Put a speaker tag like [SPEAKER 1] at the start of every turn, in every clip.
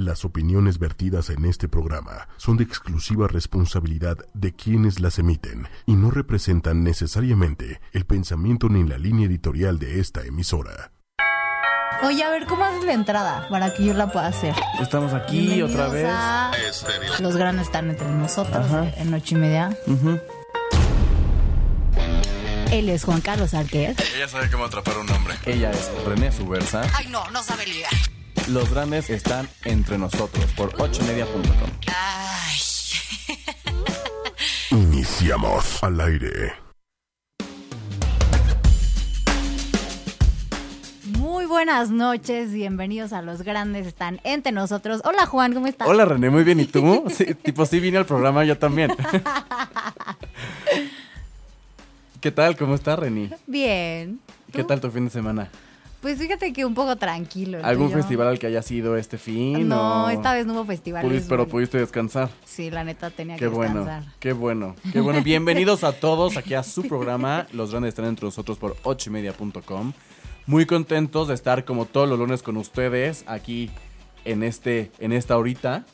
[SPEAKER 1] Las opiniones vertidas en este programa son de exclusiva responsabilidad de quienes las emiten y no representan necesariamente el pensamiento ni la línea editorial de esta emisora.
[SPEAKER 2] Oye, a ver, ¿cómo haces la entrada para que yo la pueda hacer?
[SPEAKER 3] Estamos aquí
[SPEAKER 2] Bienvenidos
[SPEAKER 3] otra vez.
[SPEAKER 2] a Los granos están entre nosotros
[SPEAKER 3] Ajá.
[SPEAKER 2] en ocho y media.
[SPEAKER 3] Ujú.
[SPEAKER 2] Él es Juan Carlos Arquer.
[SPEAKER 4] Ella sabe cómo atrapar a un hombre.
[SPEAKER 3] Ella es René Subversa.
[SPEAKER 2] Ay, no, no sabe ligar.
[SPEAKER 3] Los grandes están entre nosotros por 8media.com.
[SPEAKER 2] Ay.
[SPEAKER 1] Iniciamos al aire.
[SPEAKER 2] Muy buenas noches, bienvenidos a Los Grandes Están Entre Nosotros. Hola Juan, ¿cómo estás?
[SPEAKER 3] Hola René, muy bien. ¿Y tú? Sí, tipo, sí vine al programa yo también. ¿Qué tal? ¿Cómo estás, René?
[SPEAKER 2] Bien.
[SPEAKER 3] ¿Qué
[SPEAKER 2] ¿Tú?
[SPEAKER 3] tal tu fin de semana?
[SPEAKER 2] Pues fíjate que un poco tranquilo. el
[SPEAKER 3] ¿Algún
[SPEAKER 2] tuyo.
[SPEAKER 3] festival al que haya sido este fin?
[SPEAKER 2] No,
[SPEAKER 3] o
[SPEAKER 2] esta vez no hubo festival.
[SPEAKER 3] pudiste-
[SPEAKER 2] es
[SPEAKER 3] pero
[SPEAKER 2] bueno.
[SPEAKER 3] pudiste descansar.
[SPEAKER 2] Sí, la neta tenía
[SPEAKER 3] Qué
[SPEAKER 2] que
[SPEAKER 3] bueno,
[SPEAKER 2] descansar.
[SPEAKER 3] qué bueno, qué bueno. Bienvenidos a todos aquí a su programa. Los grandes están entre nosotros por 8media.com. Muy contentos de estar como todos los lunes con ustedes aquí en, este, en esta horita.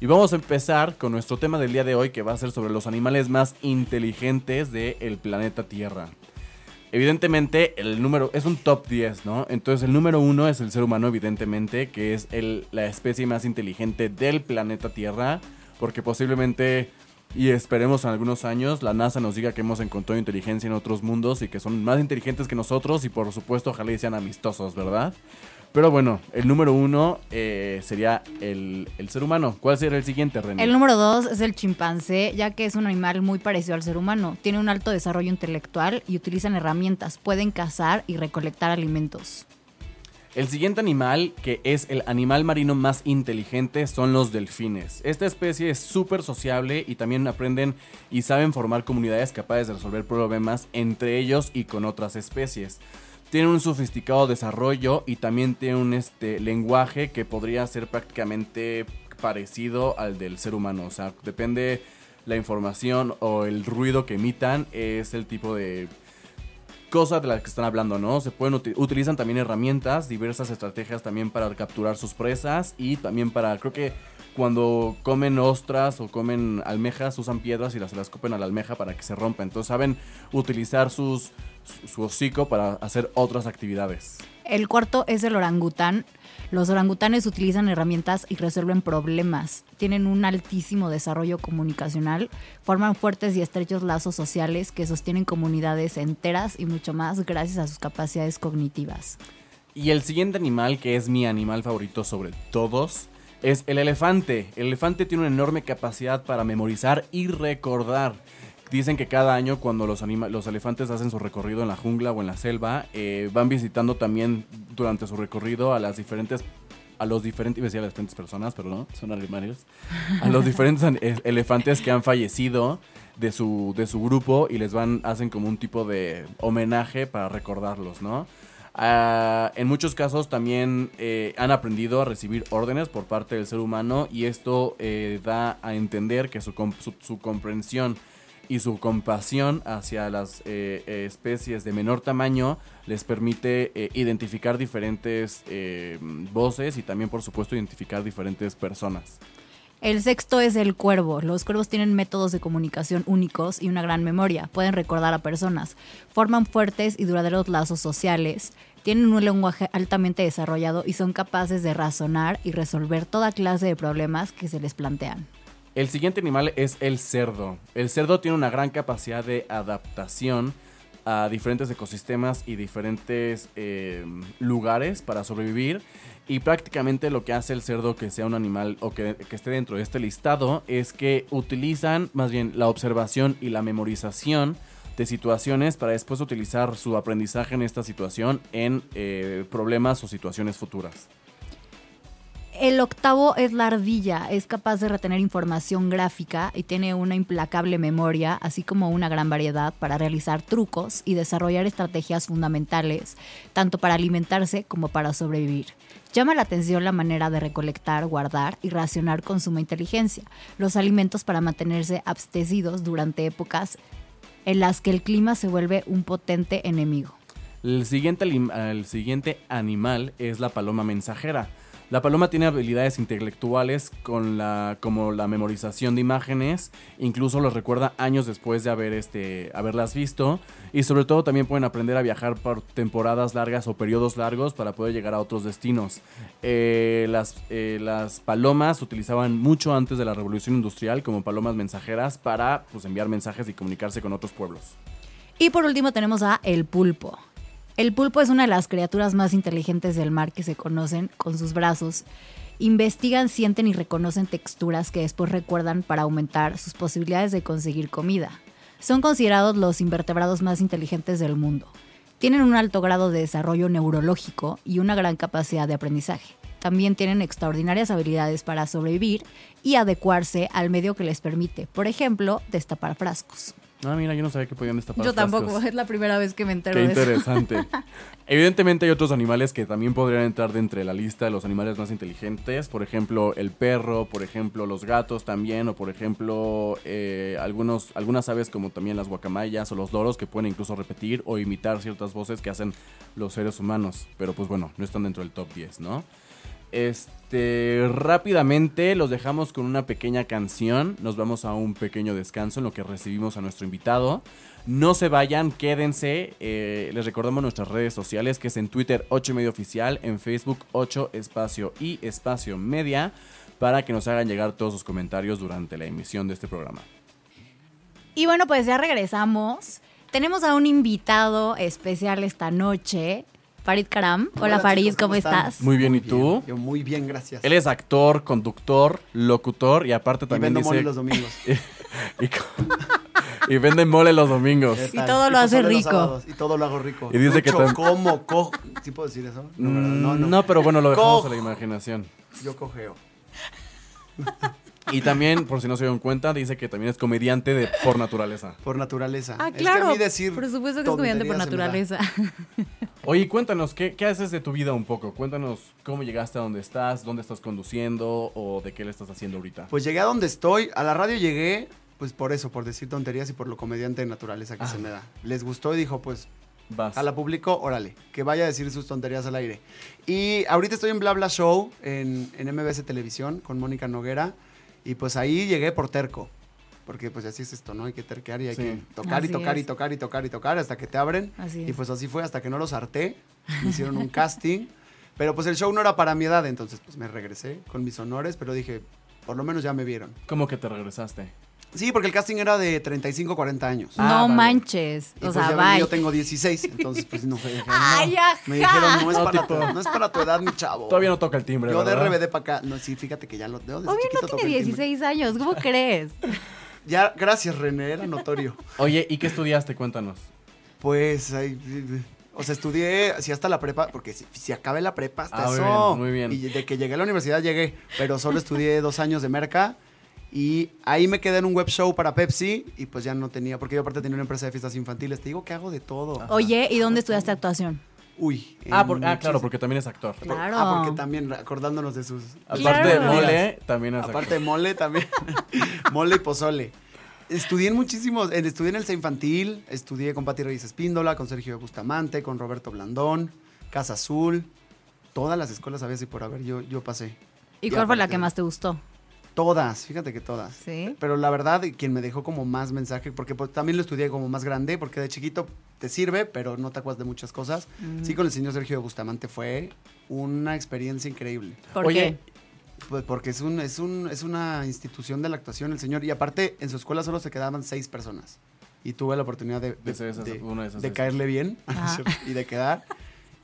[SPEAKER 3] Y vamos a empezar con nuestro tema del día de hoy que va a ser sobre los animales más inteligentes del planeta Tierra. Evidentemente, el número es un top 10, ¿no? Entonces, el número uno es el ser humano, evidentemente, que es el- la especie más inteligente del planeta Tierra, porque posiblemente, y esperemos en algunos años, la NASA nos diga que hemos encontrado inteligencia en otros mundos y que son más inteligentes que nosotros, y por supuesto, ojalá y sean amistosos, ¿verdad? Pero bueno, el número uno eh, sería el, el ser humano. ¿Cuál sería el siguiente, René?
[SPEAKER 2] El número dos es el chimpancé, ya que es un animal muy parecido al ser humano. Tiene un alto desarrollo intelectual y utilizan herramientas. Pueden cazar y recolectar alimentos.
[SPEAKER 3] El siguiente animal, que es el animal marino más inteligente, son los delfines. Esta especie es súper sociable y también aprenden y saben formar comunidades capaces de resolver problemas entre ellos y con otras especies. Tienen un sofisticado desarrollo y también tienen un este, lenguaje que podría ser prácticamente parecido al del ser humano. O sea, depende la información o el ruido que emitan, es el tipo de cosas de las que están hablando, ¿no? Se pueden uti- utilizan también herramientas, diversas estrategias también para capturar sus presas y también para creo que cuando comen ostras o comen almejas usan piedras y las, las copen a la almeja para que se rompa. Entonces saben utilizar sus su, su hocico para hacer otras actividades.
[SPEAKER 2] El cuarto es el orangután. Los orangutanes utilizan herramientas y resuelven problemas. Tienen un altísimo desarrollo comunicacional, forman fuertes y estrechos lazos sociales que sostienen comunidades enteras y mucho más gracias a sus capacidades cognitivas.
[SPEAKER 3] Y el siguiente animal, que es mi animal favorito sobre todos, es el elefante. El elefante tiene una enorme capacidad para memorizar y recordar. Dicen que cada año cuando los, anima- los elefantes hacen su recorrido en la jungla o en la selva, eh, van visitando también durante su recorrido a las diferentes a los diferentes, iba a decir a las diferentes personas, pero no, son animales, a los diferentes an- e- elefantes que han fallecido de su, de su grupo y les van, hacen como un tipo de homenaje para recordarlos, ¿no? Ah, en muchos casos también eh, han aprendido a recibir órdenes por parte del ser humano y esto eh, da a entender que su, com- su- su comprensión y su compasión hacia las eh, eh, especies de menor tamaño les permite eh, identificar diferentes eh, voces y también por supuesto identificar diferentes personas.
[SPEAKER 2] El sexto es el cuervo. Los cuervos tienen métodos de comunicación únicos y una gran memoria. Pueden recordar a personas. Forman fuertes y duraderos lazos sociales. Tienen un lenguaje altamente desarrollado y son capaces de razonar y resolver toda clase de problemas que se les plantean.
[SPEAKER 3] El siguiente animal es el cerdo. El cerdo tiene una gran capacidad de adaptación a diferentes ecosistemas y diferentes eh, lugares para sobrevivir. Y prácticamente lo que hace el cerdo que sea un animal o que, que esté dentro de este listado es que utilizan más bien la observación y la memorización de situaciones para después utilizar su aprendizaje en esta situación en eh, problemas o situaciones futuras.
[SPEAKER 2] El octavo es la ardilla. Es capaz de retener información gráfica y tiene una implacable memoria, así como una gran variedad para realizar trucos y desarrollar estrategias fundamentales, tanto para alimentarse como para sobrevivir. Llama la atención la manera de recolectar, guardar y racionar con suma inteligencia los alimentos para mantenerse abstecidos durante épocas en las que el clima se vuelve un potente enemigo.
[SPEAKER 3] El siguiente, alim- el siguiente animal es la paloma mensajera. La paloma tiene habilidades intelectuales con la, como la memorización de imágenes, incluso los recuerda años después de haber, este, haberlas visto, y sobre todo también pueden aprender a viajar por temporadas largas o periodos largos para poder llegar a otros destinos. Eh, las, eh, las palomas se utilizaban mucho antes de la revolución industrial como palomas mensajeras para pues, enviar mensajes y comunicarse con otros pueblos.
[SPEAKER 2] Y por último tenemos a el pulpo. El pulpo es una de las criaturas más inteligentes del mar que se conocen con sus brazos. Investigan, sienten y reconocen texturas que después recuerdan para aumentar sus posibilidades de conseguir comida. Son considerados los invertebrados más inteligentes del mundo. Tienen un alto grado de desarrollo neurológico y una gran capacidad de aprendizaje. También tienen extraordinarias habilidades para sobrevivir y adecuarse al medio que les permite, por ejemplo, destapar frascos.
[SPEAKER 3] Ah, mira, yo no sabía que podían destapar
[SPEAKER 2] Yo
[SPEAKER 3] frascos.
[SPEAKER 2] tampoco, es la primera vez que me entero
[SPEAKER 3] Qué
[SPEAKER 2] de eso.
[SPEAKER 3] interesante. Evidentemente hay otros animales que también podrían entrar dentro de la lista de los animales más inteligentes. Por ejemplo, el perro, por ejemplo, los gatos también, o por ejemplo, eh, algunos, algunas aves como también las guacamayas o los loros que pueden incluso repetir o imitar ciertas voces que hacen los seres humanos. Pero pues bueno, no están dentro del top 10, ¿no? Este, rápidamente los dejamos con una pequeña canción. Nos vamos a un pequeño descanso en lo que recibimos a nuestro invitado. No se vayan, quédense. Eh, les recordamos nuestras redes sociales, que es en Twitter 8 Media Oficial, en Facebook 8 Espacio y Espacio Media, para que nos hagan llegar todos sus comentarios durante la emisión de este programa.
[SPEAKER 2] Y bueno, pues ya regresamos. Tenemos a un invitado especial esta noche, Farid Karam. Hola,
[SPEAKER 5] Hola,
[SPEAKER 2] Farid,
[SPEAKER 5] chicos,
[SPEAKER 2] ¿cómo,
[SPEAKER 5] ¿cómo están?
[SPEAKER 2] estás?
[SPEAKER 3] Muy bien, ¿y tú?
[SPEAKER 5] Bien, Yo muy bien, gracias.
[SPEAKER 3] Él es actor, conductor, locutor y aparte
[SPEAKER 5] y
[SPEAKER 3] también
[SPEAKER 5] vendo
[SPEAKER 3] dice...
[SPEAKER 5] moles los domingos.
[SPEAKER 3] y, co- y vende mole los domingos.
[SPEAKER 5] ¿Qué
[SPEAKER 2] Y
[SPEAKER 5] tal?
[SPEAKER 2] todo lo
[SPEAKER 5] pues
[SPEAKER 2] hace
[SPEAKER 5] solo los
[SPEAKER 2] rico.
[SPEAKER 5] sábados, y todo lo hago rico.
[SPEAKER 3] Y dice que
[SPEAKER 5] Mucho
[SPEAKER 3] tam-
[SPEAKER 5] como co... ¿Sí puedo decir eso? No, ¿verdad?
[SPEAKER 3] Mm,
[SPEAKER 5] no, no.
[SPEAKER 3] no, pero bueno, lo dejamos
[SPEAKER 5] Cojo.
[SPEAKER 3] a la imaginación.
[SPEAKER 5] Yo cogeo.
[SPEAKER 3] Y también, por si no se dieron cuenta, dice que también es comediante de por naturaleza.
[SPEAKER 5] Por naturaleza.
[SPEAKER 2] Ah,
[SPEAKER 5] Es que a
[SPEAKER 2] claro.
[SPEAKER 5] mí decir
[SPEAKER 2] por supuesto que es comediante por
[SPEAKER 5] tonterías se me da.
[SPEAKER 2] naturaleza.
[SPEAKER 3] Oye, cuéntanos, ¿qué, qué haces de tu vida un poco? Cuéntanos cómo llegaste a donde estás, dónde estás conduciendo o de qué le estás haciendo ahorita.
[SPEAKER 5] Pues llegué a donde estoy. A la radio llegué, pues por eso, por decir tonterías y por lo comediante de naturaleza que
[SPEAKER 3] Ah.
[SPEAKER 5] se me da. Les gustó y dijo, pues
[SPEAKER 3] Vas.
[SPEAKER 5] A la público, órale, que vaya a decir sus tonterías al aire. Y ahorita estoy en Bla Bla Show, en, en MBS Televisión, con Mónica Noguera. Y pues ahí llegué por terco. Porque pues así es esto, ¿no? Hay que terquear y hay
[SPEAKER 3] Sí.
[SPEAKER 5] que tocar y
[SPEAKER 2] Así
[SPEAKER 5] tocar y
[SPEAKER 2] es.
[SPEAKER 5] tocar y tocar y tocar hasta que te abren.
[SPEAKER 2] Así
[SPEAKER 5] Y
[SPEAKER 2] es.
[SPEAKER 5] pues así fue, hasta que no los harté. Me hicieron un casting. Pero pues el show no era para mi edad, entonces pues me regresé con mis honores, pero dije, por lo menos ya me vieron.
[SPEAKER 3] ¿Cómo que te regresaste?
[SPEAKER 5] Sí, porque el casting era de 35, 40 años.
[SPEAKER 3] Ah,
[SPEAKER 2] no
[SPEAKER 3] vale.
[SPEAKER 2] manches.
[SPEAKER 5] Y
[SPEAKER 2] O
[SPEAKER 5] pues
[SPEAKER 2] sea,
[SPEAKER 5] ya ven,
[SPEAKER 2] bye.
[SPEAKER 5] yo tengo 16, entonces pues no fue.
[SPEAKER 2] Ay, ajá.
[SPEAKER 5] Me dijeron, no es,
[SPEAKER 3] No,
[SPEAKER 5] para
[SPEAKER 3] tipo-
[SPEAKER 5] tu, no es para tu edad, mi chavo.
[SPEAKER 3] Todavía no toca el timbre,
[SPEAKER 5] Yo de
[SPEAKER 3] ¿verdad?
[SPEAKER 5] RBD para acá. No, sí, fíjate que ya lo veo desde
[SPEAKER 2] Obvio
[SPEAKER 5] chiquito
[SPEAKER 2] no
[SPEAKER 5] toqué
[SPEAKER 2] tiene
[SPEAKER 5] el timbre.
[SPEAKER 2] 16 años, ¿cómo crees?
[SPEAKER 5] Ya, gracias, René, era notorio.
[SPEAKER 3] Oye, ¿y qué estudiaste? Cuéntanos.
[SPEAKER 5] Pues, ay, o sea, estudié, sí, hasta la prepa, porque si, si acabé la prepa, hasta
[SPEAKER 3] Ah, muy
[SPEAKER 5] eso.
[SPEAKER 3] bien, muy bien.
[SPEAKER 5] Y de que llegué a la universidad, llegué, pero solo estudié dos años de merca. Y ahí me quedé en un web show para Pepsi y pues ya no tenía, porque yo aparte tenía una empresa de fiestas infantiles. Te digo que hago de todo.
[SPEAKER 2] Oye, ¿y dónde estudiaste actuación?
[SPEAKER 5] Uy.
[SPEAKER 3] Ah,
[SPEAKER 5] en
[SPEAKER 3] por- ah, claro,
[SPEAKER 5] muchis-
[SPEAKER 3] porque también es actor.
[SPEAKER 5] Por-
[SPEAKER 2] Claro.
[SPEAKER 5] Ah, porque también acordándonos de sus.
[SPEAKER 3] Aparte
[SPEAKER 2] Claro.
[SPEAKER 3] de mole, también es
[SPEAKER 5] Aparte de
[SPEAKER 3] actor.
[SPEAKER 5] mole también. mole y pozole. Estudié en muchísimos. en- Estudié en el C infantil. Estudié con Pati Reyes Espíndola, con Sergio Bustamante, con Roberto Blandón, Casa Azul. Todas las escuelas, a veces y por haber, yo, yo pasé.
[SPEAKER 2] ¿Y
[SPEAKER 5] Y
[SPEAKER 2] cuál fue la
[SPEAKER 5] aparte-
[SPEAKER 2] que más te gustó?
[SPEAKER 5] Todas, fíjate que todas.
[SPEAKER 2] Sí.
[SPEAKER 5] Pero la verdad, quien me dejó como más mensaje, porque pues, también lo estudié como más grande, porque de chiquito te sirve, pero no te acuerdas de muchas cosas. Sí, con el señor Sergio Bustamante fue una experiencia increíble.
[SPEAKER 2] ¿Por
[SPEAKER 3] Oye,
[SPEAKER 5] Pues porque es, un, es, un, es una institución de la actuación, el señor. Y aparte, en su escuela solo se quedaban seis personas. Y tuve la oportunidad de,
[SPEAKER 3] De ser esas- una de esas seis.
[SPEAKER 5] caerle bien
[SPEAKER 2] Ajá.
[SPEAKER 5] y de quedar.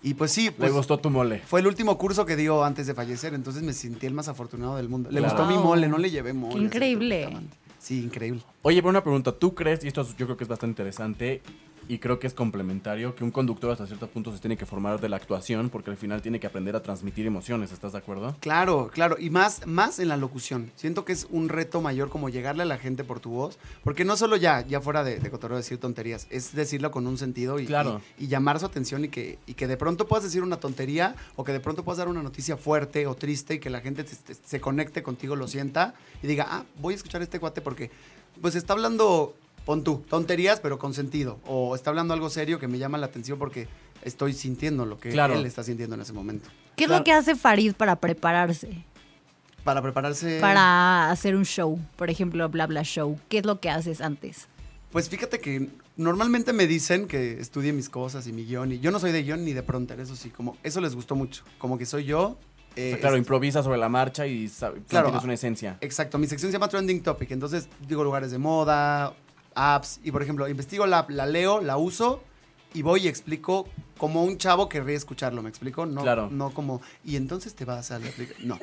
[SPEAKER 5] Y pues sí,
[SPEAKER 3] le
[SPEAKER 5] pues,
[SPEAKER 3] gustó tu mole.
[SPEAKER 5] fue el último curso que dio antes de fallecer, entonces me sentí el más afortunado del mundo. Le
[SPEAKER 3] Claro.
[SPEAKER 5] gustó mi
[SPEAKER 2] Wow.
[SPEAKER 5] mole, no le llevé mole.
[SPEAKER 2] Qué
[SPEAKER 5] al señor
[SPEAKER 2] increíble.
[SPEAKER 5] Bustamante. Sí, increíble.
[SPEAKER 3] Oye, pero una pregunta, ¿tú crees, y esto es- yo creo que es bastante interesante y creo que es complementario, que un conductor hasta cierto punto se tiene que formar de la actuación porque al final tiene que aprender a transmitir emociones, ¿estás de acuerdo?
[SPEAKER 5] Claro, claro. Y más, más en la locución. Siento que es un reto mayor como llegarle a la gente por tu voz. Porque no solo ya, ya fuera de, de cotorreo decir tonterías, es decirlo con un sentido y,
[SPEAKER 3] Claro.
[SPEAKER 5] y, y llamar su atención y que, y que de pronto puedas decir una tontería o que de pronto puedas dar una noticia fuerte o triste y que la gente te- te- se conecte contigo, lo sienta y diga, ah, voy a escuchar a este cuate porque pues está hablando, pon tú, tonterías pero con sentido. O está hablando algo serio que me llama la atención porque estoy sintiendo lo que
[SPEAKER 3] Claro.
[SPEAKER 5] él está sintiendo en ese momento.
[SPEAKER 2] ¿Qué es
[SPEAKER 3] Claro.
[SPEAKER 2] lo que hace Farid para prepararse?
[SPEAKER 5] Para prepararse. Eh.
[SPEAKER 2] Para hacer un show, por ejemplo, bla bla show. ¿Qué es lo que haces antes?
[SPEAKER 5] Pues fíjate que normalmente me dicen que estudie mis cosas y mi guión. Y yo no soy de guión ni de pronter, eso sí, como eso les gustó mucho. Como que soy yo.
[SPEAKER 3] O
[SPEAKER 5] eh,
[SPEAKER 3] sea, claro,
[SPEAKER 5] es-
[SPEAKER 3] improvisa sobre la marcha y sabe-
[SPEAKER 5] Claro. Eh,
[SPEAKER 3] tienes una esencia.
[SPEAKER 5] Exacto, mi sección se llama Trending Topic, entonces digo lugares de moda, apps, y por ejemplo, investigo la app, la leo, la uso y voy y explico como un chavo querría escucharlo, ¿me explico? No,
[SPEAKER 3] Claro.
[SPEAKER 5] no como, y entonces te vas a la aplica-". No,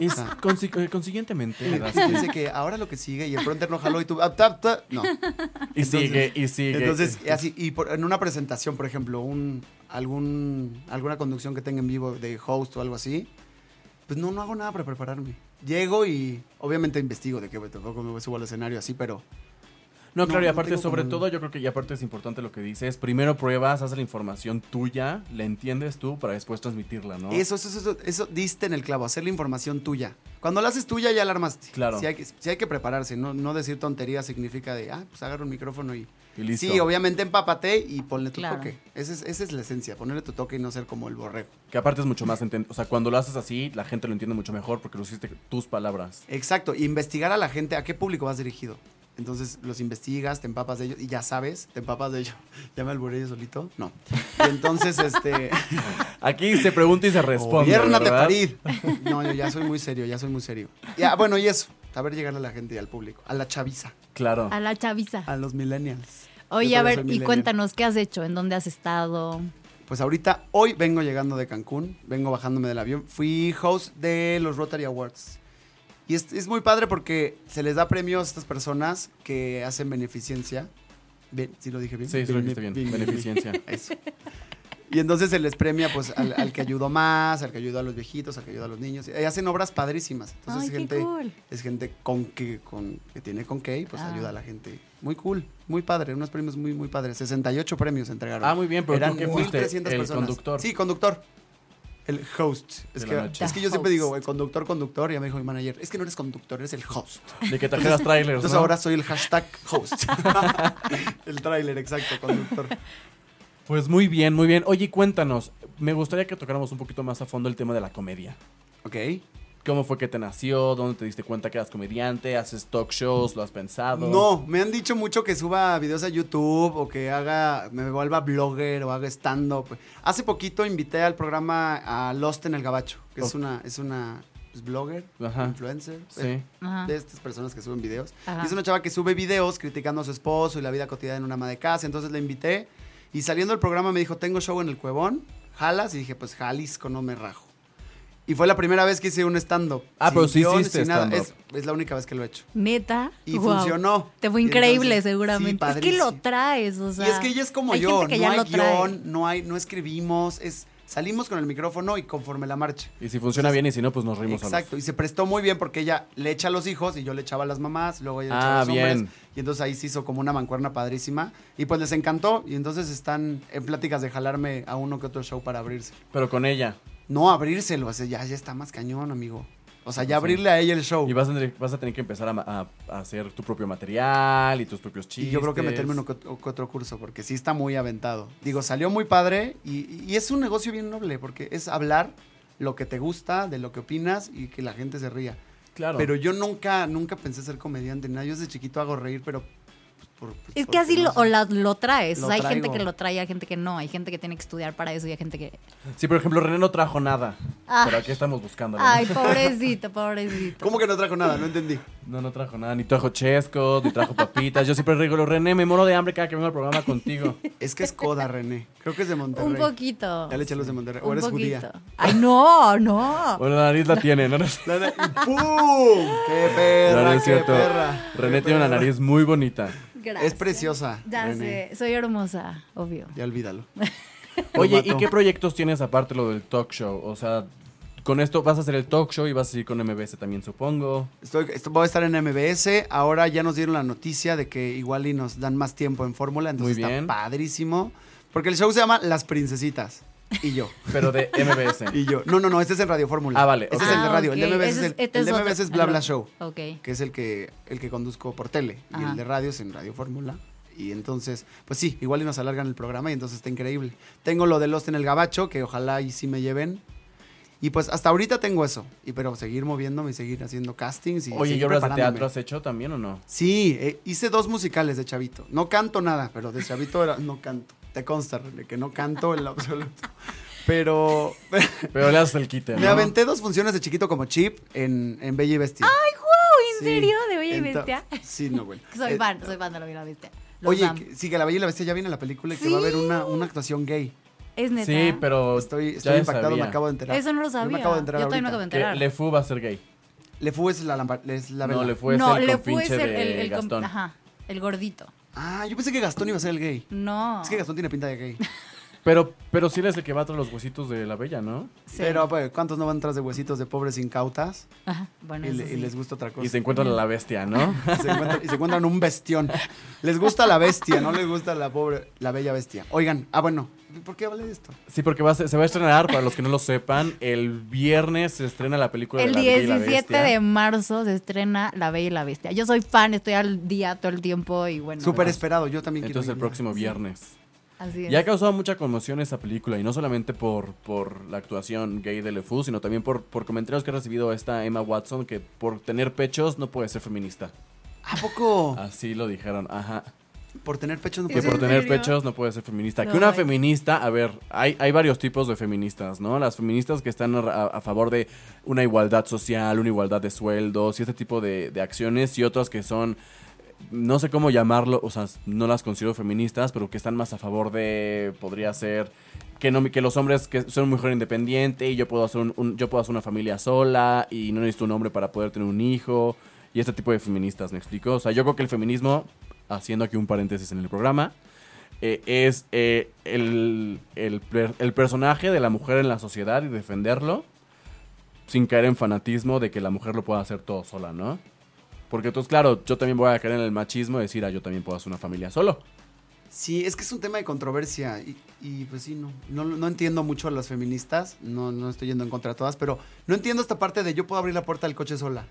[SPEAKER 3] Es
[SPEAKER 5] Ah.
[SPEAKER 3] consi- eh, consiguientemente. le das
[SPEAKER 5] dice que ahora lo que sigue y el pronter no jaló y tú... ah, ta, ta. No,
[SPEAKER 3] y sigue, y sigue.
[SPEAKER 5] entonces así, y por- en una presentación, por ejemplo, un, algún, alguna conducción que tenga en vivo de host o algo así, pues no, no hago nada para prepararme. Llego y obviamente investigo de que bueno, tampoco me subo al escenario así, pero...
[SPEAKER 3] No, claro,
[SPEAKER 5] No,
[SPEAKER 3] y
[SPEAKER 5] no
[SPEAKER 3] aparte,
[SPEAKER 5] tengo
[SPEAKER 3] sobre
[SPEAKER 5] como-
[SPEAKER 3] todo, yo creo que y aparte es importante lo que dices. Primero pruebas, haces la información tuya, la entiendes tú para después transmitirla, ¿no?
[SPEAKER 5] Eso, eso, eso, eso, eso diste en el clavo, hacer la información tuya. Cuando la haces tuya ya la armaste.
[SPEAKER 3] Claro.
[SPEAKER 5] Si hay que, sí hay que prepararse, no, no decir tonterías significa de, ah, pues agarra un micrófono y...
[SPEAKER 3] Y listo.
[SPEAKER 5] Sí, obviamente empápate y ponle tu
[SPEAKER 2] Claro.
[SPEAKER 5] toque. Esa es, esa es la esencia, ponerle tu toque y no ser como el borrego.
[SPEAKER 3] Que aparte es mucho más enten- O sea, cuando lo haces así, la gente lo entiende mucho mejor porque lo hiciste tus palabras.
[SPEAKER 5] Exacto, y investigar a la gente, a qué público vas dirigido. Entonces los investigas, te empapas de ellos y ya sabes, te empapas de ellos. ¿Ya me alburé yo solito? No. Y entonces, este...
[SPEAKER 3] Aquí se pregunta y se responde.
[SPEAKER 5] Gobiérnate,
[SPEAKER 3] ¿verdad?
[SPEAKER 5] Farid. No, yo ya soy muy serio, ya soy muy serio. Ya, bueno, y eso, saber llegar a la gente y al público, a la chaviza,
[SPEAKER 3] Claro.
[SPEAKER 5] Ah,
[SPEAKER 2] A la chaviza.
[SPEAKER 5] a los millennials.
[SPEAKER 2] Oye,
[SPEAKER 5] Yo
[SPEAKER 2] a
[SPEAKER 5] todavía soy
[SPEAKER 2] ver, y
[SPEAKER 5] millennial.
[SPEAKER 2] cuéntanos, ¿qué has hecho? ¿En dónde has estado?
[SPEAKER 5] Pues ahorita, hoy vengo llegando de Cancún, vengo bajándome del avión. Fui host de los Rotary Awards. Y es, es muy padre porque se les da premios a estas personas que hacen beneficencia. Bien, ¿sí lo dije bien?
[SPEAKER 3] Sí, sí, lo dijiste bien. Beneficencia.
[SPEAKER 5] Eso. Y entonces se les premia pues al, al que ayudó más, al que ayudó a los viejitos, al que ayudó a los niños. Y hacen obras padrísimas. Entonces
[SPEAKER 2] Ay, qué
[SPEAKER 5] gente,
[SPEAKER 2] cool.
[SPEAKER 5] es gente con que, con, que tiene con qué y pues
[SPEAKER 2] Ah.
[SPEAKER 5] ayuda a la gente. Muy cool, muy padre, unos premios muy, muy padres. 68 premios entregaron.
[SPEAKER 3] Ah, muy bien, pero
[SPEAKER 5] Eran
[SPEAKER 3] ¿tú qué fuiste?
[SPEAKER 5] 1300
[SPEAKER 3] El
[SPEAKER 5] personas.
[SPEAKER 3] conductor.
[SPEAKER 5] Sí, conductor. El host. Es
[SPEAKER 3] De
[SPEAKER 5] que,
[SPEAKER 3] la noche.
[SPEAKER 5] es que yo siempre digo, güey, conductor, conductor. Y ya me dijo mi manager, es que no eres conductor, eres el host.
[SPEAKER 3] De que trajeras trailers.
[SPEAKER 5] Entonces
[SPEAKER 3] ¿no?
[SPEAKER 5] ahora soy el hashtag host. el tráiler, exacto, conductor.
[SPEAKER 3] Pues muy bien, muy bien. Oye, cuéntanos. Me gustaría que tocáramos un poquito más a fondo el tema de la comedia.
[SPEAKER 5] Ok.
[SPEAKER 3] ¿Cómo fue que te nació? ¿Dónde te diste cuenta que eras comediante? ¿Haces talk shows? ¿Lo has pensado?
[SPEAKER 5] No, me han dicho mucho que suba videos a YouTube o que haga, me vuelva blogger o haga stand-up. Hace poquito invité al programa a Lost en el Gabacho, que es
[SPEAKER 3] Ok.
[SPEAKER 5] una, es una pues, blogger,
[SPEAKER 3] Ajá.
[SPEAKER 5] influencer.
[SPEAKER 3] Sí.
[SPEAKER 2] Ajá.
[SPEAKER 5] De estas personas que suben videos.
[SPEAKER 2] Ajá.
[SPEAKER 5] Y es una chava que sube videos criticando a su esposo y la vida cotidiana en una ama de casa. Entonces la invité y saliendo del programa me dijo, tengo show en el Cuevón, jalas. Y dije, pues Jalisco, no me rajo. Y fue la primera vez que hice un stand-up.
[SPEAKER 3] Ah, pero sí
[SPEAKER 5] guión,
[SPEAKER 3] hiciste
[SPEAKER 5] sin nada. Es,
[SPEAKER 3] stand-up.
[SPEAKER 5] es la única vez que lo he hecho.
[SPEAKER 2] Neta.
[SPEAKER 5] Y
[SPEAKER 2] Wow.
[SPEAKER 5] funcionó.
[SPEAKER 2] Te fue
[SPEAKER 5] Y
[SPEAKER 2] increíble,
[SPEAKER 5] entonces, sí,
[SPEAKER 2] seguramente. es que
[SPEAKER 5] padrísimo.
[SPEAKER 2] lo traes, o sea.
[SPEAKER 5] y es que ella es como
[SPEAKER 2] hay
[SPEAKER 5] yo,
[SPEAKER 2] gente que
[SPEAKER 5] no
[SPEAKER 2] ya
[SPEAKER 5] hay
[SPEAKER 2] lo trae.
[SPEAKER 5] guión, no hay, no escribimos, es salimos con el micrófono y conforme la marcha.
[SPEAKER 3] Y si funciona bien y si no, pues nos reímos solos.
[SPEAKER 5] Exacto, y se prestó muy bien porque ella le echa a los hijos y yo le echaba a las mamás, luego ella le
[SPEAKER 3] Ah,
[SPEAKER 5] echaba a los
[SPEAKER 3] bien.
[SPEAKER 5] hombres. Y entonces ahí se hizo como una mancuerna padrísima. Y pues les encantó. Y entonces están en pláticas de jalarme a uno que otro show para abrirse.
[SPEAKER 3] Pero con ella.
[SPEAKER 5] No abrírselo, o sea, ya, ya está más cañón, amigo. O sea, ya abrirle a ella el show.
[SPEAKER 3] Y vas a, tener- vas a tener que empezar a, ma- a- a hacer tu propio material y tus propios chistes.
[SPEAKER 5] Y yo creo que meterme en uno que ot- que otro curso, porque sí está muy aventado. Digo, salió muy padre y, y es un negocio bien noble, porque es hablar lo que te gusta, de lo que opinas y que la gente se ría.
[SPEAKER 3] Claro.
[SPEAKER 5] Pero yo nunca, nunca pensé ser comediante. nada. Yo desde chiquito hago reír, pero... pues, por- pues,
[SPEAKER 2] Es que
[SPEAKER 5] porque
[SPEAKER 2] así
[SPEAKER 5] no
[SPEAKER 2] lo,
[SPEAKER 5] sé.
[SPEAKER 2] o la- lo traes.
[SPEAKER 5] Lo
[SPEAKER 2] o sea, hay gente
[SPEAKER 5] traigo.
[SPEAKER 2] que lo trae, hay gente que no. Hay gente que tiene que estudiar para eso y hay gente que.
[SPEAKER 3] Sí, por ejemplo, René no trajo nada.
[SPEAKER 2] Ah.
[SPEAKER 3] Pero aquí estamos buscándolo.
[SPEAKER 2] Ay, pobrecito, pobrecito.
[SPEAKER 5] ¿Cómo que no trajo nada? No entendí.
[SPEAKER 3] No, no trajo nada. Ni trajo chescos, ni trajo papitas. Yo siempre digo, René, me muero de hambre cada que vengo al programa contigo.
[SPEAKER 5] Es que es coda, René. Creo que es de Monterrey.
[SPEAKER 2] Un poquito.
[SPEAKER 5] Ya le eché los de Monterrey. O
[SPEAKER 2] un
[SPEAKER 5] eres
[SPEAKER 2] poquito.
[SPEAKER 5] judía.
[SPEAKER 2] Ay, no, no.
[SPEAKER 3] Bueno, la nariz la tiene, ¿no? No,
[SPEAKER 5] La- la- y ¡Pum! ¡Qué perra,
[SPEAKER 3] no es
[SPEAKER 5] qué
[SPEAKER 3] cierto.
[SPEAKER 5] perra!
[SPEAKER 3] René
[SPEAKER 5] qué
[SPEAKER 3] tiene una
[SPEAKER 5] perra.
[SPEAKER 3] nariz muy bonita.
[SPEAKER 2] Gracias.
[SPEAKER 5] Es preciosa,
[SPEAKER 2] Ya
[SPEAKER 5] René.
[SPEAKER 2] sé, soy hermosa, obvio.
[SPEAKER 5] Ya olvídalo.
[SPEAKER 3] Oye,
[SPEAKER 5] Lo
[SPEAKER 3] ¿y
[SPEAKER 5] mató.
[SPEAKER 3] qué proyectos tienes aparte lo del talk show? O sea, con esto vas a hacer el talk show y vas a seguir con MBS también, supongo.
[SPEAKER 5] Estoy, esto- voy a estar en MBS. Ahora ya nos dieron la noticia de que igual y nos dan más tiempo en fórmula. Entonces
[SPEAKER 3] Muy bien.
[SPEAKER 5] está padrísimo. Porque el show se llama Las Princesitas. Y yo.
[SPEAKER 3] Pero de MBS.
[SPEAKER 5] Y yo. No, no, no. Este es en Radio Fórmula.
[SPEAKER 3] Ah, vale,
[SPEAKER 5] Este
[SPEAKER 3] ok.
[SPEAKER 5] es el de
[SPEAKER 2] Ah,
[SPEAKER 5] radio.
[SPEAKER 2] ok.
[SPEAKER 5] El de
[SPEAKER 2] Ese
[SPEAKER 5] MBS es, el,
[SPEAKER 2] este
[SPEAKER 5] el de
[SPEAKER 2] otro.
[SPEAKER 5] MBS es Bla Bla Show.
[SPEAKER 2] Ok.
[SPEAKER 3] Oh,
[SPEAKER 5] Que es el que, el que conduzco por tele. Y
[SPEAKER 2] Ajá.
[SPEAKER 5] el de radio es en Radio Fórmula. Y entonces, pues sí, igual y nos alargan el programa y entonces está increíble. Tengo lo de Lost en el Gabacho, que ojalá y sí me lleven. Y pues hasta ahorita tengo eso. Y pero seguir moviéndome y seguir haciendo castings y
[SPEAKER 3] Oye, ¿y
[SPEAKER 5] seguir
[SPEAKER 3] obras de
[SPEAKER 5] preparándome.
[SPEAKER 3] teatro has hecho también o no?
[SPEAKER 5] Sí, eh, hice dos musicales de chavito. No canto nada, pero de chavito era no canto. Te consta, René, que no canto en lo absoluto. Pero
[SPEAKER 3] Pero le haces el quite,
[SPEAKER 5] me
[SPEAKER 3] ¿no?
[SPEAKER 5] aventé dos funciones de chiquito como chip en, en Bella y Bestia.
[SPEAKER 2] ¡Ay, wow! ¿En
[SPEAKER 5] Sí,
[SPEAKER 2] serio? ¿De Bella y
[SPEAKER 5] ento-
[SPEAKER 2] Bestia?
[SPEAKER 5] Sí, no, bueno.
[SPEAKER 2] Soy
[SPEAKER 5] Eh,
[SPEAKER 2] fan, soy fan de la Bella y la Bestia. Los
[SPEAKER 5] Oye,
[SPEAKER 2] amo.
[SPEAKER 5] que- sí, que la Bella y la Bestia ya viene la película y que va a haber una, una actuación gay.
[SPEAKER 2] es neta.
[SPEAKER 3] Sí, pero
[SPEAKER 5] Estoy,
[SPEAKER 3] ya
[SPEAKER 5] estoy impactado,
[SPEAKER 3] sabía.
[SPEAKER 5] me acabo de enterar.
[SPEAKER 2] Eso no lo
[SPEAKER 5] Yo
[SPEAKER 2] sabía.
[SPEAKER 5] Me acabo de enterar
[SPEAKER 2] Yo también me
[SPEAKER 5] ahorita.
[SPEAKER 2] acabo de enterar.
[SPEAKER 3] Que Le Fou va a ser gay.
[SPEAKER 5] Le Fou es la lámpara, es la
[SPEAKER 3] no,
[SPEAKER 5] vela.
[SPEAKER 3] Le Fou es
[SPEAKER 2] no,
[SPEAKER 3] el
[SPEAKER 2] le fue
[SPEAKER 3] compinche
[SPEAKER 2] el,
[SPEAKER 3] de
[SPEAKER 2] el, el com-
[SPEAKER 3] Gastón.
[SPEAKER 2] Ajá, el gordito.
[SPEAKER 5] Ah, yo pensé que Gastón iba a ser el gay.
[SPEAKER 2] No.
[SPEAKER 5] Es que Gastón tiene pinta de gay.
[SPEAKER 3] Pero, pero sí eres el que va tras los huesitos de la bella, ¿no?
[SPEAKER 2] Sí.
[SPEAKER 5] Pero, pues, ¿cuántos no van tras de huesitos de pobres incautas?
[SPEAKER 2] Ajá, bueno,
[SPEAKER 5] Y,
[SPEAKER 2] eso
[SPEAKER 5] le- y
[SPEAKER 2] sí.
[SPEAKER 5] les gusta otra cosa.
[SPEAKER 3] Y se encuentra la bestia, ¿no?
[SPEAKER 5] Se encuentran, y se encuentran un bestión. Les gusta la bestia, no les gusta la pobre, la bella bestia. Oigan, ah, bueno, ¿por qué hablé de esto?
[SPEAKER 3] Sí, porque va a ser- se va a estrenar, para los que no lo sepan, el viernes se estrena la película
[SPEAKER 2] El
[SPEAKER 3] de la Bella y la
[SPEAKER 2] 17
[SPEAKER 3] Bestia.
[SPEAKER 2] de marzo se estrena La Bella y la Bestia. Yo soy fan, estoy al día todo el tiempo y bueno.
[SPEAKER 5] Súper
[SPEAKER 2] pues,
[SPEAKER 5] esperado, yo también quiero
[SPEAKER 3] Entonces el
[SPEAKER 5] ir.
[SPEAKER 3] próximo viernes.
[SPEAKER 2] Así es.
[SPEAKER 3] Ya ha causado mucha conmoción esa película, y no solamente por, por la actuación gay de Le Fou, sino también por, por comentarios que ha recibido esta Emma Watson, que por tener pechos no puede ser feminista.
[SPEAKER 5] ¿A poco?
[SPEAKER 3] Así lo dijeron, ajá.
[SPEAKER 5] Por tener pecho no
[SPEAKER 3] Que
[SPEAKER 2] ¿Es
[SPEAKER 5] puede
[SPEAKER 3] Ah.
[SPEAKER 2] en
[SPEAKER 3] por
[SPEAKER 5] ser.
[SPEAKER 3] tener
[SPEAKER 2] serio?
[SPEAKER 3] pechos no puede ser feminista.
[SPEAKER 2] No,
[SPEAKER 3] que una
[SPEAKER 2] ay.
[SPEAKER 3] feminista, a ver, hay, hay varios tipos de feministas, ¿no? Las feministas que están a, a favor de una igualdad social, una igualdad de sueldos y este tipo de, de acciones, y otras que son, no sé cómo llamarlo, o sea, no las considero feministas, pero que están más a favor de, podría ser... Que, no, que los hombres que son mujer independiente y yo puedo hacer un- un- yo puedo hacer una familia sola y no necesito un hombre para poder tener un hijo y este tipo de feministas, ¿me explico? O sea, yo creo que el feminismo, haciendo aquí un paréntesis en el programa, eh, es eh, el, el per- el personaje de la mujer en la sociedad y defenderlo sin caer en fanatismo de que la mujer lo pueda hacer todo sola, ¿no? Porque entonces, claro, yo también voy a caer en el machismo y decir, ah, yo también puedo hacer una familia solo.
[SPEAKER 5] Sí, es que es un tema de controversia y, y, pues sí, no, no. no entiendo mucho a las feministas, no, no estoy yendo en contra de todas, pero no entiendo esta parte de yo puedo abrir la puerta del coche sola.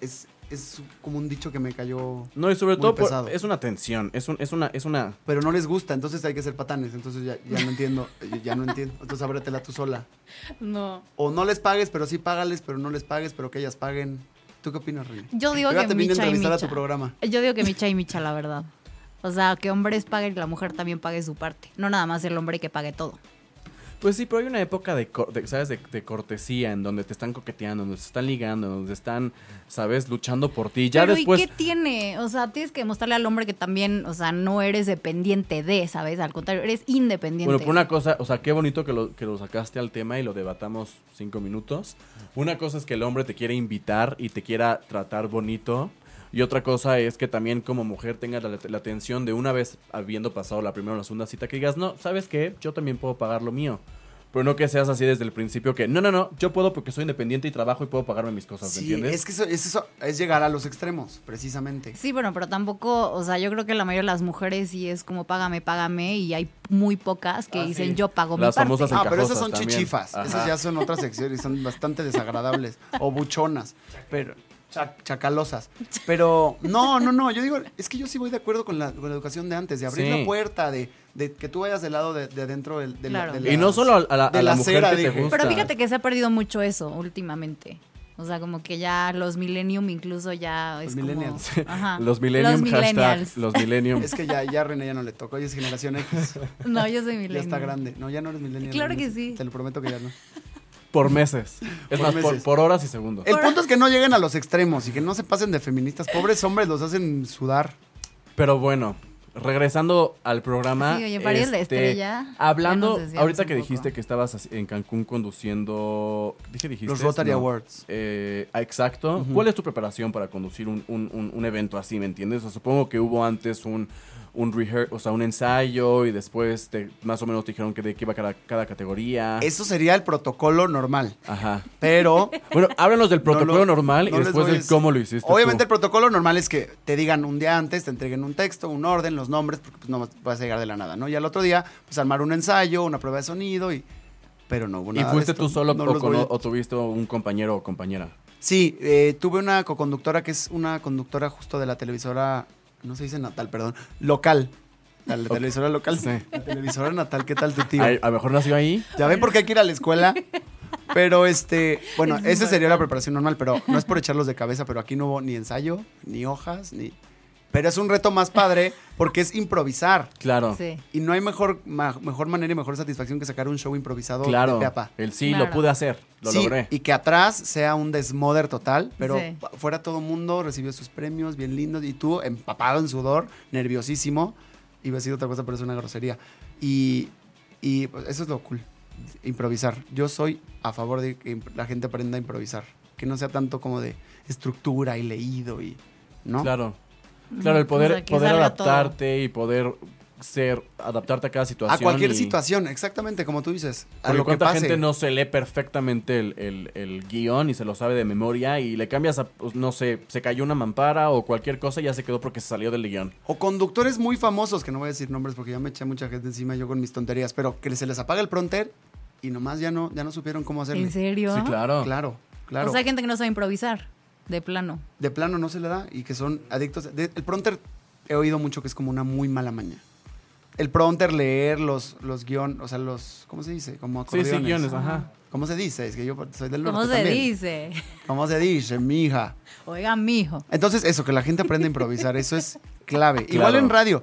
[SPEAKER 5] Es, es como un dicho que me cayó...
[SPEAKER 3] No, y sobre
[SPEAKER 5] Muy
[SPEAKER 3] todo por-
[SPEAKER 5] pesado.
[SPEAKER 3] es una tensión, es, un- es una... Es una
[SPEAKER 5] Pero no les gusta, entonces hay que ser patanes, entonces ya, ya no entiendo, eh, ya no entiendo, entonces ábretela tú sola.
[SPEAKER 2] No.
[SPEAKER 5] O no les pagues, pero sí págales, pero no les pagues, pero que ellas paguen. ¿Tú qué opinas, René?
[SPEAKER 2] Yo digo
[SPEAKER 5] Yo ya
[SPEAKER 2] que
[SPEAKER 5] te vine a
[SPEAKER 2] Micha y
[SPEAKER 5] entrevistar a tu
[SPEAKER 2] Micha.
[SPEAKER 5] programa.
[SPEAKER 2] Yo digo que Micha y Micha, la verdad. O sea, que hombres paguen y la mujer también pague su parte. No nada más el hombre que pague todo.
[SPEAKER 3] Pues sí, pero hay una época de, cor- de, ¿sabes? De, de cortesía en donde te están coqueteando, donde se están ligando, donde están, ¿sabes? Luchando por ti. Ya
[SPEAKER 2] Pero
[SPEAKER 3] después...
[SPEAKER 2] ¿y qué tiene? O sea, tienes que demostrarle al hombre que también, o sea, no eres dependiente de, ¿sabes? Al contrario, eres independiente.
[SPEAKER 3] Bueno, por una cosa, o sea, qué bonito que lo, que lo sacaste al tema y lo debatamos cinco minutos. Una cosa es que el hombre te quiere invitar y te quiera tratar bonito. Y otra cosa es que también como mujer tengas la, la atención de una vez habiendo pasado la primera o la segunda cita que digas, no, ¿sabes qué? Yo también puedo pagar lo mío. Pero no que seas así desde el principio que, no, no, no, yo puedo porque soy independiente y trabajo y puedo pagarme mis cosas, ¿me
[SPEAKER 5] Sí,
[SPEAKER 3] entiendes?
[SPEAKER 5] es que eso, es eso es llegar a los extremos, precisamente.
[SPEAKER 2] Sí, bueno, pero tampoco, o sea, yo creo que la mayoría de las mujeres sí es como págame, págame, y hay muy pocas que
[SPEAKER 3] Ah,
[SPEAKER 2] dicen
[SPEAKER 3] sí.
[SPEAKER 2] yo pago
[SPEAKER 3] Las
[SPEAKER 2] mi parte.
[SPEAKER 3] famosas
[SPEAKER 5] Ah, pero esas
[SPEAKER 3] Encajosas
[SPEAKER 5] son
[SPEAKER 3] también.
[SPEAKER 5] chichifas.
[SPEAKER 3] Ajá.
[SPEAKER 5] Esas ya son otras secciones, son bastante desagradables. o buchonas. Pero. chac- chacalosas. Pero. No, no, no. Yo digo, es que yo sí voy de acuerdo con la, con la educación de antes, de abrir
[SPEAKER 3] Sí.
[SPEAKER 5] la puerta, de, de que tú vayas del lado de, de adentro del, de la-
[SPEAKER 2] Claro.
[SPEAKER 5] de
[SPEAKER 3] Y no
[SPEAKER 5] las-
[SPEAKER 3] solo a, a la,
[SPEAKER 5] de
[SPEAKER 3] a la
[SPEAKER 5] la
[SPEAKER 3] mujer
[SPEAKER 5] acera,
[SPEAKER 3] que te
[SPEAKER 5] dije.
[SPEAKER 3] gusta.
[SPEAKER 2] Pero fíjate que se ha perdido mucho eso últimamente. O sea, como que ya los millennium incluso ya es
[SPEAKER 5] Los millennials.
[SPEAKER 2] como... Ajá.
[SPEAKER 3] Los millennium
[SPEAKER 2] Los
[SPEAKER 3] hashtag,
[SPEAKER 2] millennials.
[SPEAKER 3] los millennium.
[SPEAKER 5] Es que ya, ya René ya no le tocó, ella es generación X.
[SPEAKER 2] No, yo soy
[SPEAKER 5] Ya
[SPEAKER 2] millennial.
[SPEAKER 5] está grande. No, ya no eres millennial.
[SPEAKER 2] Claro
[SPEAKER 5] René,
[SPEAKER 2] que sí.
[SPEAKER 5] Te lo prometo que ya no.
[SPEAKER 3] Por meses. Es
[SPEAKER 5] Por
[SPEAKER 3] más, por-
[SPEAKER 5] meses.
[SPEAKER 3] Por, horas y segundos.
[SPEAKER 5] El punto es que no lleguen a los extremos y que no se pasen de feministas. Pobres hombres los hacen sudar.
[SPEAKER 3] Pero bueno, regresando al programa. este,
[SPEAKER 2] Sí, oye, para ir a la estrella, ya
[SPEAKER 3] Hablando,
[SPEAKER 2] nos desviamos
[SPEAKER 3] ahorita
[SPEAKER 2] un
[SPEAKER 3] que
[SPEAKER 2] poco.
[SPEAKER 3] dijiste que estabas así en Cancún conduciendo. Dije, dijiste.
[SPEAKER 5] Los Rotary
[SPEAKER 3] No.
[SPEAKER 5] Awards.
[SPEAKER 3] Eh, ah, exacto. ¿Cuál es tu preparación para conducir un, un- un- un evento así, me entiendes? O sea, supongo que hubo antes un. Un rehear- o sea, un ensayo y después te- más o menos te dijeron que de qué iba cada, cada categoría.
[SPEAKER 5] Eso sería el protocolo normal.
[SPEAKER 3] Ajá.
[SPEAKER 5] Pero.
[SPEAKER 3] Bueno, háblanos del protocolo
[SPEAKER 5] no lo-
[SPEAKER 3] normal
[SPEAKER 5] no
[SPEAKER 3] y
[SPEAKER 5] les
[SPEAKER 3] después
[SPEAKER 5] voy a
[SPEAKER 3] de
[SPEAKER 5] decir.
[SPEAKER 3] cómo lo hiciste.
[SPEAKER 5] Obviamente el
[SPEAKER 3] tú.
[SPEAKER 5] protocolo normal es que te digan un día antes, te entreguen un texto, un orden, los nombres, porque pues no vas a llegar de la nada, ¿no? Y al otro día, pues armar un ensayo, una prueba de sonido y... Pero no hubo
[SPEAKER 3] ¿Y
[SPEAKER 5] nada de
[SPEAKER 3] fuiste
[SPEAKER 5] esto.
[SPEAKER 3] tú solo
[SPEAKER 5] No
[SPEAKER 3] o,
[SPEAKER 5] los
[SPEAKER 3] con-
[SPEAKER 5] voy a-
[SPEAKER 3] o tuviste un compañero o compañera?
[SPEAKER 5] Sí, eh, tuve una coconductora que es una conductora justo de la televisora, no se dice natal, perdón, local. La, la televisora local.
[SPEAKER 3] Sí.
[SPEAKER 5] La televisora natal, ¿qué tal tu tío?
[SPEAKER 3] Ay, a lo mejor nació ahí.
[SPEAKER 5] ¿Ya ven por qué hay que ir a la escuela? Pero este, bueno,
[SPEAKER 2] Es muy
[SPEAKER 5] esa sería
[SPEAKER 2] bueno.
[SPEAKER 5] la preparación normal, pero no es por echarlos de cabeza, pero aquí no hubo ni ensayo, ni hojas, ni. Pero es un reto más padre porque es improvisar.
[SPEAKER 3] Claro.
[SPEAKER 2] Sí.
[SPEAKER 5] Y no hay mejor, ma- mejor manera y mejor satisfacción que sacar un show improvisado
[SPEAKER 3] Claro.
[SPEAKER 5] de peapa.
[SPEAKER 3] El sí, lo
[SPEAKER 2] Claro.
[SPEAKER 3] pude hacer. Lo
[SPEAKER 5] Sí,
[SPEAKER 3] logré.
[SPEAKER 5] Y que atrás sea un desmoder total, pero
[SPEAKER 2] Sí.
[SPEAKER 5] pa- fuera todo mundo, recibió sus premios, bien lindos, y tú empapado en sudor, nerviosísimo, iba a decir otra cosa, pero es una grosería. Y, y, pues, eso es lo cool, improvisar. Yo soy a favor de que imp- la gente aprenda a improvisar, que no sea tanto como de estructura y leído y... ¿No?
[SPEAKER 3] Claro. Claro, el
[SPEAKER 2] O
[SPEAKER 3] poder,
[SPEAKER 2] sea, que
[SPEAKER 3] poder
[SPEAKER 2] salga todo.
[SPEAKER 3] adaptarte y poder ser, adaptarte a cada situación.
[SPEAKER 5] A cualquier
[SPEAKER 3] y-
[SPEAKER 5] situación, exactamente, como tú dices. A
[SPEAKER 3] Porque
[SPEAKER 5] lo que
[SPEAKER 3] cuánta
[SPEAKER 5] pase.
[SPEAKER 3] gente no se lee perfectamente el, el- el guión y se lo sabe de memoria y le cambias a, pues, no sé, se cayó una mampara o cualquier cosa y ya se quedó porque se salió del guión.
[SPEAKER 5] O conductores muy famosos, que no voy a decir nombres porque ya me eché mucha gente encima yo con mis tonterías, pero que se les apaga el pronter y nomás ya no, ya no supieron cómo hacerlo.
[SPEAKER 2] ¿En serio?
[SPEAKER 3] Sí, claro.
[SPEAKER 5] Claro, claro.
[SPEAKER 2] O sea, hay gente que no sabe improvisar, de plano.
[SPEAKER 5] de plano no se le da y que son adictos. De- el pronter he oído mucho que es como una muy mala maña. El pronter, leer los, los guiones, o sea, los, ¿cómo se dice? Como
[SPEAKER 3] Sí,
[SPEAKER 5] acordeones.
[SPEAKER 3] sí, guiones, ajá.
[SPEAKER 5] ¿Cómo se dice? Es que yo soy del norte
[SPEAKER 2] ¿Cómo se
[SPEAKER 5] también.
[SPEAKER 2] dice?
[SPEAKER 5] ¿Cómo se dice, mija?
[SPEAKER 2] Oiga, mijo.
[SPEAKER 5] Entonces, eso, que la gente aprenda a improvisar, eso es clave.
[SPEAKER 3] Claro.
[SPEAKER 5] Igual en radio,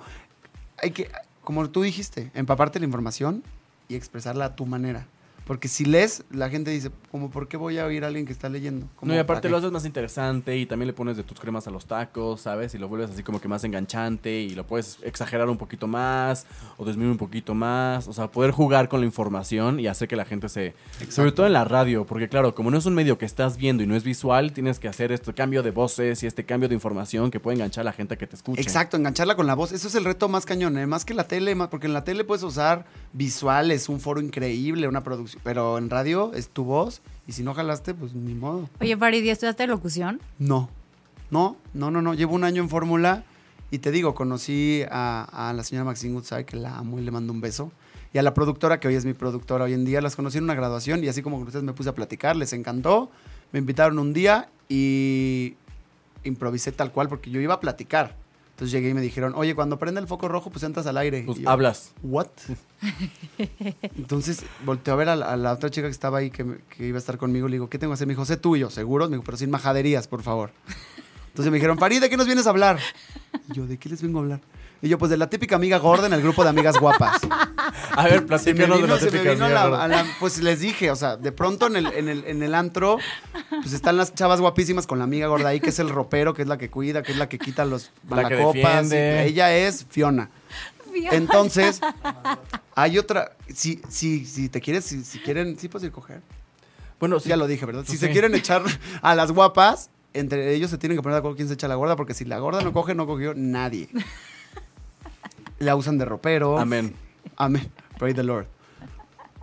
[SPEAKER 5] hay que, como tú dijiste, empaparte la información y expresarla a tu manera. Porque si lees, la gente dice, como, ¿por qué voy a oír a alguien que está leyendo? Como,
[SPEAKER 3] No, y aparte
[SPEAKER 5] ¿para
[SPEAKER 3] lo
[SPEAKER 5] qué?
[SPEAKER 3] haces más interesante y también le pones de tus cremas a los tacos, ¿sabes? Y lo vuelves así como que más enganchante y lo puedes exagerar un poquito más o disminuir un poquito más. O sea, poder jugar con la información y hacer que la gente se... Sobre todo en la radio, porque claro, como no es un medio que estás viendo y no es visual, tienes que hacer este cambio de voces y este cambio de información que puede enganchar a la gente que te escucha.
[SPEAKER 5] Exacto, engancharla con la voz. Eso es el reto más cañón, ¿eh? más que la tele, más, porque en la tele puedes usar visuales, un foro increíble, una producción. Pero en radio es tu voz y si no jalaste, pues ni modo.
[SPEAKER 2] Oye, Faridi, ¿estudiaste locución?
[SPEAKER 5] No, no, no, no, no. Llevo un año en fórmula y te digo, conocí a, a la señora Maxine Goodside, que la amo y le mando un beso. Y a la productora, que hoy es mi productora hoy en día, las conocí en una graduación y así como con ustedes me puse a platicar, les encantó. Me invitaron un día y improvisé tal cual porque yo iba a platicar. Entonces llegué y me dijeron, oye, cuando prende el foco rojo, pues entras al aire.
[SPEAKER 3] Pues
[SPEAKER 5] Y yo,
[SPEAKER 3] hablas.
[SPEAKER 5] ¿What? Entonces volteó a ver a la, a la otra chica que estaba ahí, que, me- que iba a estar conmigo. Le digo, ¿qué tengo que hacer? Me dijo, sé tuyo, seguro. Me dijo, pero sin majaderías, por favor. Entonces me dijeron, Farid, ¿de qué nos vienes a hablar? Y yo, ¿de qué les vengo a hablar? Y yo, pues de la típica amiga gorda en el grupo de amigas guapas.
[SPEAKER 3] A ver,
[SPEAKER 5] Se me
[SPEAKER 3] platícanos de
[SPEAKER 5] vino,
[SPEAKER 3] las
[SPEAKER 5] se me
[SPEAKER 3] típicas
[SPEAKER 5] vino a la-
[SPEAKER 3] mierdas.
[SPEAKER 5] a la- Pues les dije, o sea, de pronto en el, en, el, en el antro, pues están las chavas guapísimas con la amiga gorda ahí, que es el ropero, que es la que cuida, que es la que quita los
[SPEAKER 3] La que
[SPEAKER 5] malacopas. y-
[SPEAKER 3] defiende.
[SPEAKER 5] Ella es Fiona.
[SPEAKER 2] Fiona.
[SPEAKER 5] Entonces, hay otra. Si, si, si te quieres, si, si quieren, sí puedes ir a coger.
[SPEAKER 3] Bueno,
[SPEAKER 5] Ya lo dije, ¿verdad?
[SPEAKER 3] Pues
[SPEAKER 5] Si
[SPEAKER 3] sí.
[SPEAKER 5] se quieren echar a las guapas, entre ellos se tienen que poner de acuerdo quién se echa a la gorda, porque si la gorda no coge, no cogió nadie. La usan de ropero.
[SPEAKER 3] Amén.
[SPEAKER 5] Amén. Pray the Lord.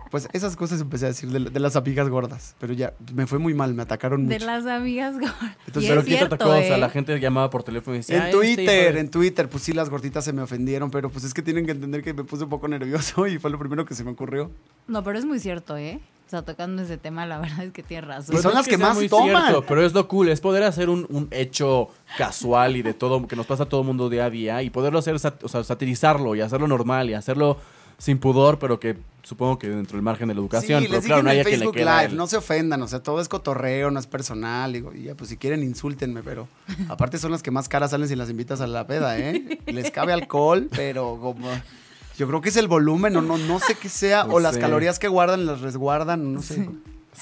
[SPEAKER 5] Pues esas cosas empecé a decir de, de las amigas gordas, pero ya me fue muy mal, me atacaron mucho.
[SPEAKER 2] De las amigas gordas.
[SPEAKER 5] Entonces,
[SPEAKER 2] Y
[SPEAKER 3] Pero
[SPEAKER 2] es
[SPEAKER 3] ¿quién te
[SPEAKER 2] cierto,
[SPEAKER 3] atacó? O sea,
[SPEAKER 2] ¿eh?
[SPEAKER 3] la gente llamaba por teléfono y decía...
[SPEAKER 5] En
[SPEAKER 3] "Ah, este hijo de-".
[SPEAKER 5] Twitter, en Twitter, pues sí, las gorditas se me ofendieron, pero pues es que tienen que entender que me puse un poco nervioso y fue lo primero que se me ocurrió.
[SPEAKER 2] No, pero es muy cierto, ¿eh? O sea, tocando ese tema, la verdad es que tienes razón.
[SPEAKER 5] Y
[SPEAKER 3] Pero
[SPEAKER 5] son
[SPEAKER 3] no
[SPEAKER 5] las
[SPEAKER 3] es
[SPEAKER 5] que
[SPEAKER 3] sea
[SPEAKER 5] más
[SPEAKER 3] muy
[SPEAKER 5] toman.
[SPEAKER 3] pero es lo cool, es poder hacer un, un hecho casual y de todo, que nos pasa a todo mundo día a día, y poderlo hacer, sat- o sea, satirizarlo y hacerlo normal y hacerlo sin pudor, pero que supongo que dentro del margen de la educación.
[SPEAKER 5] sí,
[SPEAKER 3] pero
[SPEAKER 5] les
[SPEAKER 3] claro, no hay
[SPEAKER 5] dije en
[SPEAKER 3] a
[SPEAKER 5] el
[SPEAKER 3] quien le
[SPEAKER 5] Facebook
[SPEAKER 3] queda.
[SPEAKER 5] Live,
[SPEAKER 3] el-
[SPEAKER 5] no se ofendan, o sea, todo es cotorreo, no es personal. Digo, y ya, pues si quieren, insúltenme, pero aparte son las que más caras salen si las invitas a la peda, ¿eh? Les cabe alcohol, pero como. Yo creo que es el volumen, o no, no sé qué sea,
[SPEAKER 3] No
[SPEAKER 5] o las
[SPEAKER 3] sé.
[SPEAKER 5] calorías que guardan las resguardan, no sé.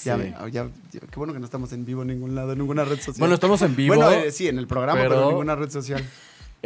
[SPEAKER 5] Ya,
[SPEAKER 3] Sí.
[SPEAKER 5] ve- ya- ya- qué bueno que no estamos en vivo en ningún lado, en ninguna red social.
[SPEAKER 3] Bueno, estamos en vivo.
[SPEAKER 5] Bueno, eh, sí, en el programa, pero,
[SPEAKER 3] pero-
[SPEAKER 5] en ninguna red social.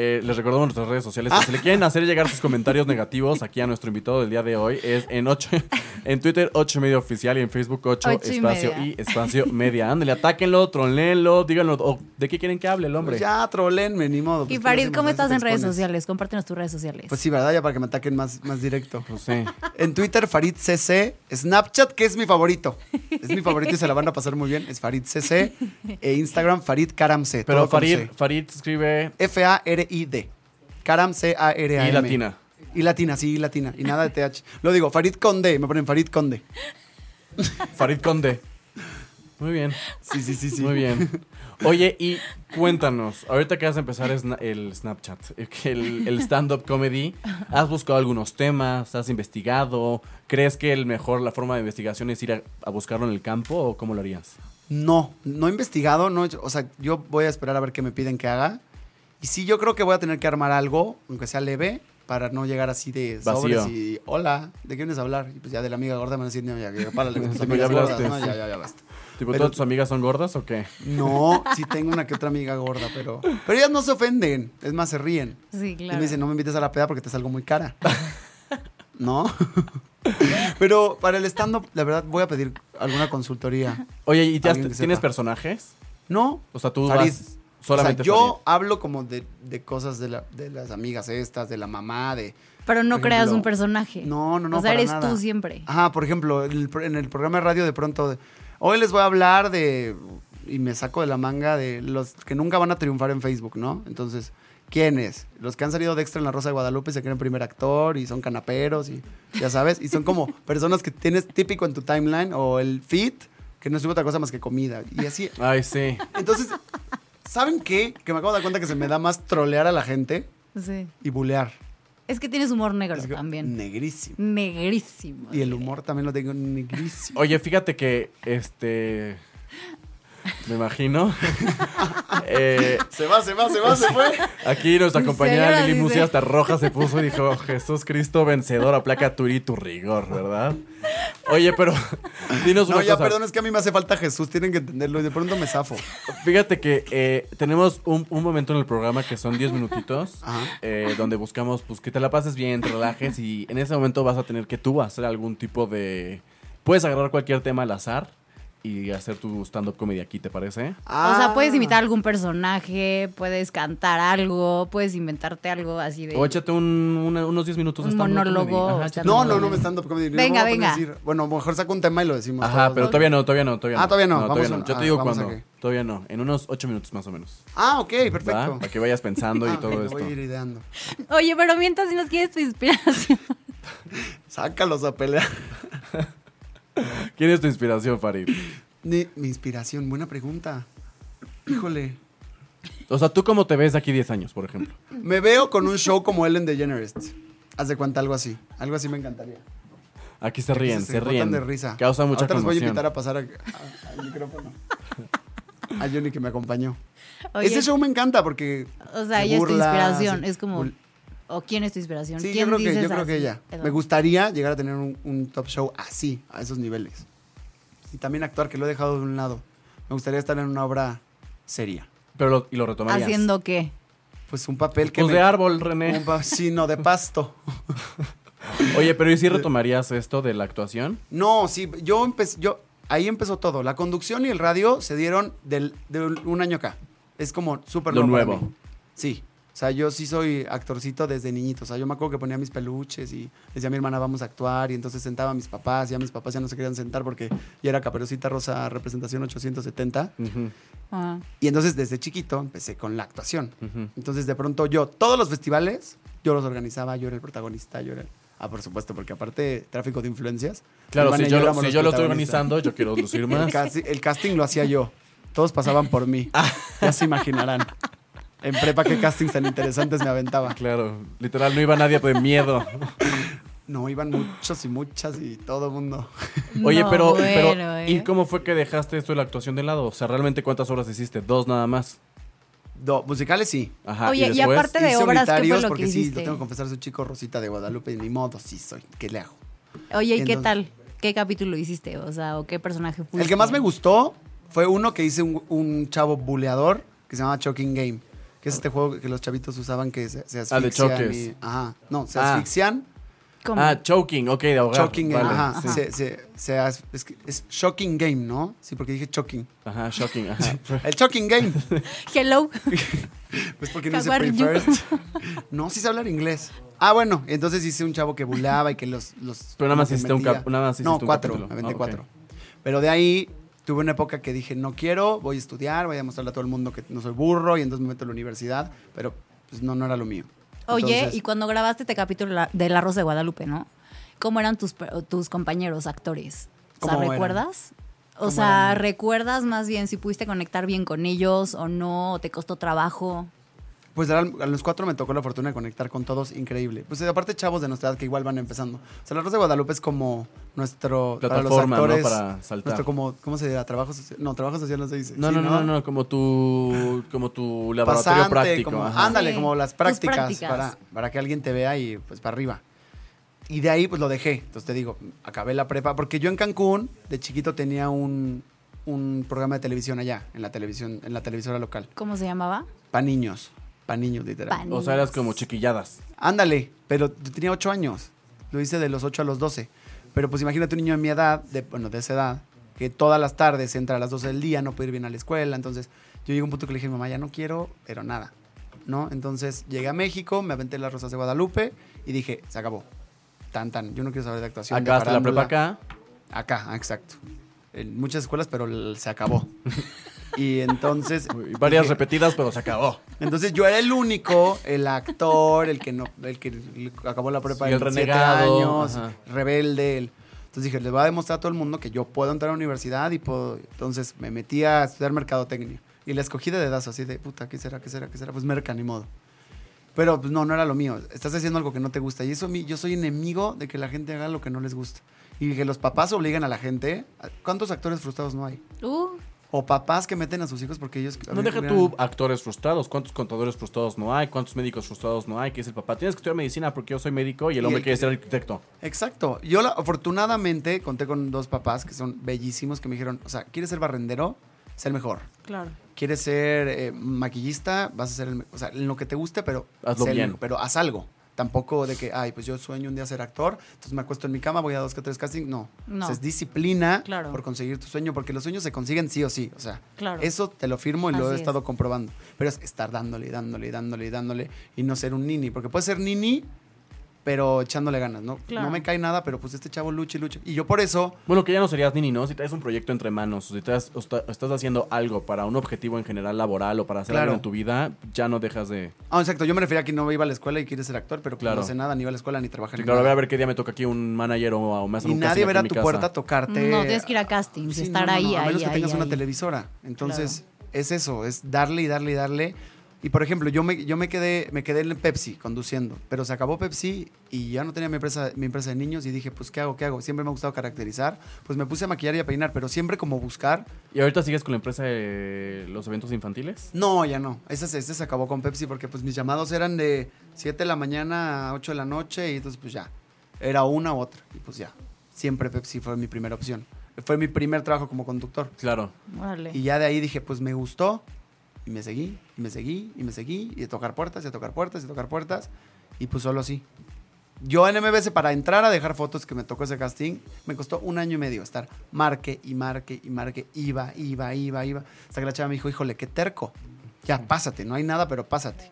[SPEAKER 3] Eh, les recordamos nuestras redes sociales.
[SPEAKER 5] Ah.
[SPEAKER 3] Si le quieren hacer llegar sus comentarios negativos aquí a nuestro invitado del día de hoy, es en ocho en Twitter 8 Media Oficial y en Facebook 8
[SPEAKER 2] Ocho y
[SPEAKER 3] Espacio
[SPEAKER 2] media.
[SPEAKER 3] y Espacio Media. Ándale, atáquenlo, tronenlo, díganlo. o, ¿De qué quieren que hable el hombre?
[SPEAKER 5] Pues ya, trolenme, ni modo.
[SPEAKER 2] Y
[SPEAKER 5] pues, ¿qué
[SPEAKER 2] Farid,
[SPEAKER 5] hacemos?
[SPEAKER 2] ¿cómo
[SPEAKER 5] A eso
[SPEAKER 2] estás
[SPEAKER 5] te
[SPEAKER 2] en redes
[SPEAKER 5] expones.
[SPEAKER 2] sociales? Compártenos tus redes sociales.
[SPEAKER 5] Pues sí, ¿verdad? Ya para que me ataquen más, más directo.
[SPEAKER 3] Pues sí.
[SPEAKER 5] En Twitter, Farid CC. Snapchat, que es mi favorito. Es mi favorito y se la van a pasar muy bien. Es Farid CC. E Instagram, Farid Karam C.
[SPEAKER 3] Pero
[SPEAKER 5] todo con
[SPEAKER 3] Farid,
[SPEAKER 5] C.
[SPEAKER 3] Farid escribe
[SPEAKER 5] F-A-R-I-D. Karam C-A-R-A.
[SPEAKER 3] Y latina.
[SPEAKER 5] E. Y latina, sí, y latina. Y nada de TH. Lo digo, Farid Conde. Me ponen Farid Conde.
[SPEAKER 3] Farid Conde. Muy bien.
[SPEAKER 5] Sí, sí, sí, sí.
[SPEAKER 3] Muy bien. Oye, y cuéntanos, ahorita que vas a empezar es el Snapchat, eh, el, el stand-up comedy, ¿has buscado algunos temas? ¿Has investigado? ¿Crees que el mejor, la forma de investigación es ir a, a buscarlo en el campo o cómo lo harías?
[SPEAKER 5] No, no he investigado, no, he hecho- o sea, yo voy a esperar a ver qué me piden que haga. Y sí, yo creo que voy a tener que armar algo, aunque sea leve, para no llegar así de sobres
[SPEAKER 3] Vacío.
[SPEAKER 5] y hola, ¿de qué vienes a hablar? Y pues ya de la amiga gorda me van a decir, no, ya, ya, párale con tus
[SPEAKER 3] Sí, pues,
[SPEAKER 5] amigas
[SPEAKER 3] ya
[SPEAKER 5] gordas,
[SPEAKER 3] hablaste.
[SPEAKER 5] ¿no? ya, ya, ya basta.
[SPEAKER 3] Tipo,
[SPEAKER 5] Pero-
[SPEAKER 3] ¿todas tus amigas son gordas o qué?
[SPEAKER 5] No, sí tengo una que otra amiga gorda, pero pero ellas no se ofenden, es más se ríen.
[SPEAKER 2] Sí,
[SPEAKER 5] Y
[SPEAKER 2] claro.
[SPEAKER 5] me dicen, no me invites a la peda porque te salgo muy cara. ¿No? Pero para el stand-up, la verdad, voy a pedir alguna consultoría.
[SPEAKER 3] Oye, ¿y te has-
[SPEAKER 5] Alguien que
[SPEAKER 3] tienes
[SPEAKER 5] sepa.
[SPEAKER 3] personajes?
[SPEAKER 5] No,
[SPEAKER 3] O sea, tú
[SPEAKER 5] Farid.
[SPEAKER 3] vas solamente
[SPEAKER 5] o sea, yo
[SPEAKER 3] Farid.
[SPEAKER 5] hablo como de, de cosas de, la- de las amigas estas, de la mamá, de...
[SPEAKER 2] Pero no
[SPEAKER 5] por
[SPEAKER 2] creas
[SPEAKER 5] ejemplo,
[SPEAKER 2] un personaje.
[SPEAKER 5] No, no, no,
[SPEAKER 2] O sea,
[SPEAKER 5] para
[SPEAKER 2] eres
[SPEAKER 5] nada. Ah.
[SPEAKER 2] tú siempre.
[SPEAKER 5] Ajá, por ejemplo, el pro- en el programa de radio de pronto, de, hoy les voy a hablar de... Y me saco de la manga de los que nunca van a triunfar en Facebook, ¿no? Entonces, ¿quiénes? Los que han salido de extra en La Rosa de Guadalupe y se creen primer actor y son canaperos y ya sabes, y son como personas que tienes típico en tu timeline o el feed, que no es otra cosa más que comida. Y así,
[SPEAKER 3] Ay, sí.
[SPEAKER 5] entonces, ¿saben qué? Que me acabo de dar cuenta que se me da más trolear a la gente
[SPEAKER 2] Sí.
[SPEAKER 5] y bulear.
[SPEAKER 2] Es que tienes humor negro
[SPEAKER 5] Es que-
[SPEAKER 2] también.
[SPEAKER 5] Negrísimo.
[SPEAKER 2] Negrísimo.
[SPEAKER 5] Y el humor también lo tengo negrísimo.
[SPEAKER 3] Oye, fíjate que, este... Me imagino. eh,
[SPEAKER 5] Se va, se va, se va, se fue.
[SPEAKER 3] Aquí nuestra
[SPEAKER 2] Mi
[SPEAKER 3] compañera
[SPEAKER 2] señora
[SPEAKER 3] Lili
[SPEAKER 2] dice-
[SPEAKER 3] Musi hasta roja se puso y dijo, Jesús Cristo vencedor, aplaca tu ira y tu rigor, ¿verdad? Oye, pero dinos una
[SPEAKER 5] No, ya,
[SPEAKER 3] cosa.
[SPEAKER 5] perdón, es que a mí me hace falta Jesús, tienen que entenderlo. Y de pronto me zafo.
[SPEAKER 3] Fíjate que eh, tenemos un, un momento en el programa que son 10 minutitos,
[SPEAKER 5] Ajá.
[SPEAKER 3] eh, donde buscamos pues que te la pases bien, te relajes y en ese momento vas a tener que tú hacer algún tipo de... Puedes agarrar cualquier tema al azar y hacer tu stand-up comedy aquí, ¿te parece?
[SPEAKER 2] O
[SPEAKER 5] Ah.
[SPEAKER 2] sea, puedes imitar algún personaje, puedes cantar algo, puedes inventarte algo así de.
[SPEAKER 3] O échate un- una- unos 10 minutos de
[SPEAKER 2] Un
[SPEAKER 3] stand-up
[SPEAKER 2] monólogo,
[SPEAKER 3] comedy. Ajá,
[SPEAKER 2] o
[SPEAKER 3] échate
[SPEAKER 5] No,
[SPEAKER 3] un
[SPEAKER 5] no, no
[SPEAKER 3] monólogo.
[SPEAKER 5] me stand up comedy. No me
[SPEAKER 2] Venga,
[SPEAKER 5] voy a poner a
[SPEAKER 2] venga.
[SPEAKER 5] decir- Bueno, mejor saco un tema y lo decimos.
[SPEAKER 3] Ajá,
[SPEAKER 5] todos.
[SPEAKER 3] pero todavía no, todavía no, todavía no.
[SPEAKER 5] Ah, todavía no, vamos
[SPEAKER 3] todavía
[SPEAKER 5] a-
[SPEAKER 3] no. Yo
[SPEAKER 5] ah,
[SPEAKER 3] te digo
[SPEAKER 5] vamos a
[SPEAKER 3] cuándo.
[SPEAKER 5] qué.
[SPEAKER 3] Todavía no, en unos ocho minutos más o menos.
[SPEAKER 5] Ah, ok,
[SPEAKER 3] ¿va?
[SPEAKER 5] perfecto.
[SPEAKER 3] Para que vayas pensando y
[SPEAKER 5] Ah,
[SPEAKER 3] todo
[SPEAKER 5] bueno,
[SPEAKER 3] esto.
[SPEAKER 5] Voy a ir ideando.
[SPEAKER 2] Oye, pero mientras si nos quieres tu inspiración.
[SPEAKER 5] Sácalos a pelear.
[SPEAKER 3] ¿Quién es tu inspiración, Farid?
[SPEAKER 5] Ni- mi inspiración, buena pregunta. Híjole.
[SPEAKER 3] O sea, ¿tú cómo te ves de aquí 10 años, por ejemplo?
[SPEAKER 5] Me veo con un show como Ellen DeGeneres. Haz de cuenta algo así. Algo así me encantaría.
[SPEAKER 3] Aquí se ríen,
[SPEAKER 5] Que
[SPEAKER 3] se,
[SPEAKER 5] botan
[SPEAKER 3] ríen.
[SPEAKER 5] de risa.
[SPEAKER 3] Causa mucha
[SPEAKER 5] Ahorita los voy a
[SPEAKER 3] conmoción.
[SPEAKER 5] invitar a pasar a- a- al micrófono. A Johnny que me acompañó.
[SPEAKER 2] Oye,
[SPEAKER 5] Ese show me encanta porque.
[SPEAKER 2] O sea, ella
[SPEAKER 5] se
[SPEAKER 2] es tu
[SPEAKER 5] burla,
[SPEAKER 2] inspiración.
[SPEAKER 5] se-
[SPEAKER 2] Es como.
[SPEAKER 5] bul-
[SPEAKER 2] ¿O quién es tu inspiración?
[SPEAKER 5] Sí, yo
[SPEAKER 2] ¿Quién
[SPEAKER 5] creo, que, yo
[SPEAKER 2] dices
[SPEAKER 5] creo que
[SPEAKER 2] así?
[SPEAKER 5] ella.
[SPEAKER 2] Eso.
[SPEAKER 5] Me gustaría llegar a tener un, un top show así, a esos niveles. Y también actuar, que lo he dejado de un lado. Me gustaría estar en una obra seria.
[SPEAKER 3] Pero lo, y lo retomarías.
[SPEAKER 2] ¿Haciendo qué?
[SPEAKER 5] Pues un papel que.
[SPEAKER 3] Pues
[SPEAKER 5] me-
[SPEAKER 3] de árbol,
[SPEAKER 5] un
[SPEAKER 3] René.
[SPEAKER 5] pa- sí, no, de pasto.
[SPEAKER 3] Oye, pero ¿y si retomarías esto de la actuación?
[SPEAKER 5] No, sí, yo empecé, yo, ahí empezó todo. La conducción y el radio se dieron del, de un año acá. Es como súper
[SPEAKER 3] Lo
[SPEAKER 5] para
[SPEAKER 3] nuevo.
[SPEAKER 5] mí. Sí. O sea, yo sí soy actorcito desde niñito. O sea, yo me acuerdo que ponía mis peluches y decía a mi hermana, vamos a actuar. Y entonces sentaba a mis papás. Ya mis papás ya no se querían sentar porque ya era Caperucita Rosa, representación 870.
[SPEAKER 3] Ujú,
[SPEAKER 2] Ah.
[SPEAKER 5] Y entonces desde chiquito empecé con la actuación.
[SPEAKER 3] ujú.
[SPEAKER 5] Entonces de pronto yo, todos los festivales, yo los organizaba, yo era el protagonista, yo era... Ah, por supuesto, porque aparte tráfico de influencias.
[SPEAKER 3] Claro,
[SPEAKER 5] Iván
[SPEAKER 3] si
[SPEAKER 5] y
[SPEAKER 3] yo, lo-
[SPEAKER 5] éramos
[SPEAKER 3] si
[SPEAKER 5] los
[SPEAKER 3] yo lo estoy
[SPEAKER 5] protagonistas.
[SPEAKER 3] organizando, yo quiero lucir
[SPEAKER 5] El,
[SPEAKER 3] más.
[SPEAKER 5] casti- el casting lo hacía yo. Todos pasaban por mí.
[SPEAKER 3] Ah.
[SPEAKER 5] Ya se imaginarán. En prepa, qué castings tan interesantes me aventaba.
[SPEAKER 3] Claro, literal, no iba nadie de miedo.
[SPEAKER 5] No, iban muchos y muchas y todo el mundo.
[SPEAKER 3] Oye,
[SPEAKER 2] No,
[SPEAKER 3] pero,
[SPEAKER 2] bueno,
[SPEAKER 3] pero
[SPEAKER 2] ¿eh?
[SPEAKER 3] ¿y cómo fue que dejaste esto de la actuación de lado? O sea, ¿realmente cuántas horas hiciste? Dos nada más.
[SPEAKER 5] Do- musicales sí.
[SPEAKER 3] Ajá.
[SPEAKER 2] Oye, y
[SPEAKER 3] después-
[SPEAKER 2] aparte- de
[SPEAKER 5] Y
[SPEAKER 2] obras, ¿qué fue
[SPEAKER 5] solitarios,
[SPEAKER 2] lo que
[SPEAKER 5] porque sí,
[SPEAKER 2] hiciste?
[SPEAKER 5] lo tengo que confesar, soy chico Rosita de Guadalupe. Ni modo, sí soy. ¿Qué le hago?
[SPEAKER 2] Oye, ¿y qué
[SPEAKER 5] Entonces-
[SPEAKER 2] tal? ¿Qué capítulo hiciste? O sea, ¿o qué personaje fuiste?
[SPEAKER 5] El que más me gustó fue uno que hice un, un chavo buleador que se llamaba Choking Game, que es este juego que los chavitos usaban que se, se
[SPEAKER 3] Ah, de
[SPEAKER 5] asfixian.
[SPEAKER 3] choques.
[SPEAKER 5] y- ajá, no, se
[SPEAKER 3] Ah.
[SPEAKER 5] asfixian.
[SPEAKER 2] ¿Cómo?
[SPEAKER 3] Ah, choking, ok, de ahogar.
[SPEAKER 5] Choking Game,
[SPEAKER 3] vale,
[SPEAKER 5] ajá.
[SPEAKER 3] sí.
[SPEAKER 5] Se, se- se as- es, que es Shocking Game, ¿no? Sí, porque dije Choking.
[SPEAKER 3] Ajá, shocking, ajá.
[SPEAKER 5] El Shocking Game.
[SPEAKER 2] Hello.
[SPEAKER 5] Pues porque no hice
[SPEAKER 2] How are
[SPEAKER 5] Pray
[SPEAKER 2] you?
[SPEAKER 5] First. No, sí sé hablar inglés. Ah, bueno, entonces hice un chavo que bulaba y que los. los
[SPEAKER 3] Pero nada más
[SPEAKER 5] los
[SPEAKER 3] hiciste un
[SPEAKER 5] metía.
[SPEAKER 3] cap- nada más
[SPEAKER 5] No,
[SPEAKER 3] hiciste un
[SPEAKER 5] cuatro,
[SPEAKER 3] capítulo.
[SPEAKER 5] aventé
[SPEAKER 3] Ah, ok.
[SPEAKER 5] cuatro. Pero de ahí tuve una época que dije, no quiero, voy a estudiar, voy a mostrarle a todo el mundo que no soy burro y entonces me meto a la universidad. Pero pues no, no era lo mío.
[SPEAKER 2] Oye,
[SPEAKER 5] Entonces,
[SPEAKER 2] y cuando grabaste este capítulo la- del Arroz de Guadalupe, ¿no? ¿Cómo eran tus, per- tus compañeros actores? O sea,
[SPEAKER 5] ¿Cómo eran?
[SPEAKER 2] ¿recuerdas? O sea, recuerdas más bien si pudiste conectar bien con ellos o no, o te costó trabajo.
[SPEAKER 5] Pues a los cuatro me tocó la fortuna de conectar con todos, increíble. Pues aparte chavos de nuestra edad que igual van empezando. O sea, la Rosa de Guadalupe es como nuestro...
[SPEAKER 3] Plataforma,
[SPEAKER 5] para
[SPEAKER 3] ¿no?
[SPEAKER 5] los actores,
[SPEAKER 3] Para saltar.
[SPEAKER 5] Nuestro como, ¿cómo se dirá? Trabajo social. No, trabajo social no se dice.
[SPEAKER 3] No,
[SPEAKER 5] Sí,
[SPEAKER 3] no, no, no, no, como tu, como tu laboratorio
[SPEAKER 5] Pasante,
[SPEAKER 3] práctico.
[SPEAKER 5] como,
[SPEAKER 3] ajá.
[SPEAKER 5] ándale,
[SPEAKER 2] Sí,
[SPEAKER 5] como las
[SPEAKER 2] tus
[SPEAKER 5] prácticas,
[SPEAKER 2] prácticas.
[SPEAKER 5] Para, para que alguien te vea y pues para arriba. Y de ahí pues lo dejé. Entonces te digo, acabé la prepa, porque yo en Cancún de chiquito tenía un, un programa de televisión allá, en la televisión, en la televisora local.
[SPEAKER 2] ¿Cómo se llamaba?
[SPEAKER 5] Pa' niños. Pa' niños, literal.
[SPEAKER 2] Pa'
[SPEAKER 3] O sea, eras como chiquilladas.
[SPEAKER 5] Ándale, pero yo tenía 8 años. Lo hice de los 8 a los 12. Pero pues imagínate un niño de mi edad, de, bueno, de esa edad, que todas las tardes entra a las 12 del día, no puede ir bien a la escuela. Entonces yo llegué a un punto que le dije, mamá, ya no quiero, pero nada. ¿No? Entonces llegué a México, me aventé las rosas de Guadalupe y dije, se acabó. Tan, tan. Yo no quiero saber de actuación. de
[SPEAKER 3] Acabaste la prepa
[SPEAKER 5] farándula.
[SPEAKER 3] acá.
[SPEAKER 5] Acá, ah, exacto. En muchas escuelas, pero l- se acabó. y entonces.
[SPEAKER 3] y Varias
[SPEAKER 5] dije-
[SPEAKER 3] repetidas, pero se acabó.
[SPEAKER 5] entonces yo era el único, el actor, el que no, el que acabó la prepa
[SPEAKER 3] Sí, el
[SPEAKER 5] en siete
[SPEAKER 3] renegado,
[SPEAKER 5] años,
[SPEAKER 3] ajá.
[SPEAKER 5] rebelde. el- Entonces dije, les voy a demostrar a todo el mundo que yo puedo entrar a la universidad y puedo. Entonces me metí a estudiar mercadotecnia. Y la escogí de dedazo, así de puta, ¿qué será? ¿Qué será? ¿Qué será? Pues merca, ni modo. Pero pues no, no era lo mío. Estás haciendo algo que no te gusta. Y eso a mí, yo soy enemigo de que la gente haga lo que no les gusta. Y que los papás obligan a la gente. ¿Cuántos actores frustrados no hay?
[SPEAKER 2] Uh,
[SPEAKER 5] O papás que meten a sus hijos porque ellos. a
[SPEAKER 3] No
[SPEAKER 5] mí
[SPEAKER 3] deja
[SPEAKER 5] hubieran-
[SPEAKER 3] tú actores frustrados. ¿Cuántos contadores frustrados no hay? ¿Cuántos médicos frustrados no hay? Que dice el papá, tienes que estudiar medicina porque yo soy médico y el
[SPEAKER 5] Y
[SPEAKER 3] hombre
[SPEAKER 5] el-
[SPEAKER 3] quiere ser arquitecto.
[SPEAKER 5] Exacto. Yo la- afortunadamente conté con dos papás que son bellísimos que me dijeron, o sea, ¿quieres ser barrendero? Sé el mejor.
[SPEAKER 2] claro.
[SPEAKER 5] ¿Quieres ser eh, maquillista? Vas a ser el me- O sea, en lo que te guste, pero,
[SPEAKER 3] Hazlo
[SPEAKER 5] sé el
[SPEAKER 3] bien.
[SPEAKER 5] mejor, pero haz algo. Tampoco de que, ay, pues yo sueño un día ser actor, entonces me acuesto en mi cama, voy a dos que tres castings. No.
[SPEAKER 2] No.
[SPEAKER 5] O sea, es disciplina
[SPEAKER 2] Claro.
[SPEAKER 5] por conseguir tu sueño, porque los sueños se consiguen sí o sí. O sea,
[SPEAKER 2] Claro.
[SPEAKER 5] eso te lo firmo y lo
[SPEAKER 2] Así
[SPEAKER 5] he
[SPEAKER 2] es.
[SPEAKER 5] estado comprobando. Pero es estar dándole y dándole y dándole y dándole y no ser un nini. Porque puedes ser nini, pero echándole ganas, ¿no?
[SPEAKER 2] Claro.
[SPEAKER 5] No me cae nada, pero pues este chavo lucha y lucha. Y yo por eso,
[SPEAKER 3] Bueno, que ya no serías Nini, ¿no? Si traes un proyecto entre manos, o si traes- o está- estás haciendo algo para un objetivo en general laboral o para hacer
[SPEAKER 5] Claro.
[SPEAKER 3] algo en tu vida, ya no dejas de...
[SPEAKER 5] ah, exacto, yo me refería a que no iba a la escuela y quiere ser actor, pero pues
[SPEAKER 3] Claro.
[SPEAKER 5] no hace nada, ni iba a la escuela ni trabaja
[SPEAKER 3] Sí,
[SPEAKER 5] ni
[SPEAKER 3] claro, a ver,
[SPEAKER 5] nada.
[SPEAKER 3] a ver qué día me toca aquí un manager o, o me hacen
[SPEAKER 5] Y
[SPEAKER 3] un
[SPEAKER 5] nadie
[SPEAKER 3] casting
[SPEAKER 5] verá
[SPEAKER 3] aquí en
[SPEAKER 5] tu
[SPEAKER 3] mi
[SPEAKER 5] puerta a
[SPEAKER 3] casa.
[SPEAKER 5] tocarte.
[SPEAKER 2] No, tienes que ir a castings y
[SPEAKER 5] Sí,
[SPEAKER 2] estar
[SPEAKER 5] no, no,
[SPEAKER 2] ahí,
[SPEAKER 5] no, a
[SPEAKER 2] ahí,
[SPEAKER 5] menos que
[SPEAKER 2] ahí,
[SPEAKER 5] tengas una
[SPEAKER 2] ahí.
[SPEAKER 5] televisora. Entonces, es eso, es darle y darle y darle. Y por ejemplo, yo me, yo me quedé, me quedé en Pepsi conduciendo, pero se acabó Pepsi y ya no tenía mi empresa, mi empresa de niños y dije, pues, ¿qué hago? ¿Qué hago? Siempre me ha gustado caracterizar, pues me puse a maquillar y a peinar, pero siempre como buscar
[SPEAKER 3] ¿Y ahorita sigues con la empresa de los eventos infantiles?
[SPEAKER 5] No, ya no. Ese, se- ese se acabó con Pepsi porque pues mis llamados eran de 7 de la mañana a 8 de la noche y entonces pues ya. Era una u otra. Y pues ya. Siempre Pepsi fue mi primera opción. Fue mi primer trabajo como conductor.
[SPEAKER 3] Claro.
[SPEAKER 2] Órale.
[SPEAKER 5] Y ya de ahí dije, pues me gustó. Y me seguí, y me seguí, y me seguí. Y a tocar puertas, y a tocar puertas, y a tocar puertas. Y pues solo así. Yo en MBS para entrar a dejar fotos que me tocó ese casting, me costó un año y medio estar marque y marque y marque, iba, iba, iba, iba. Hasta que la chava me dijo, híjole, qué terco. Ya, pásate, no hay nada, pero pásate.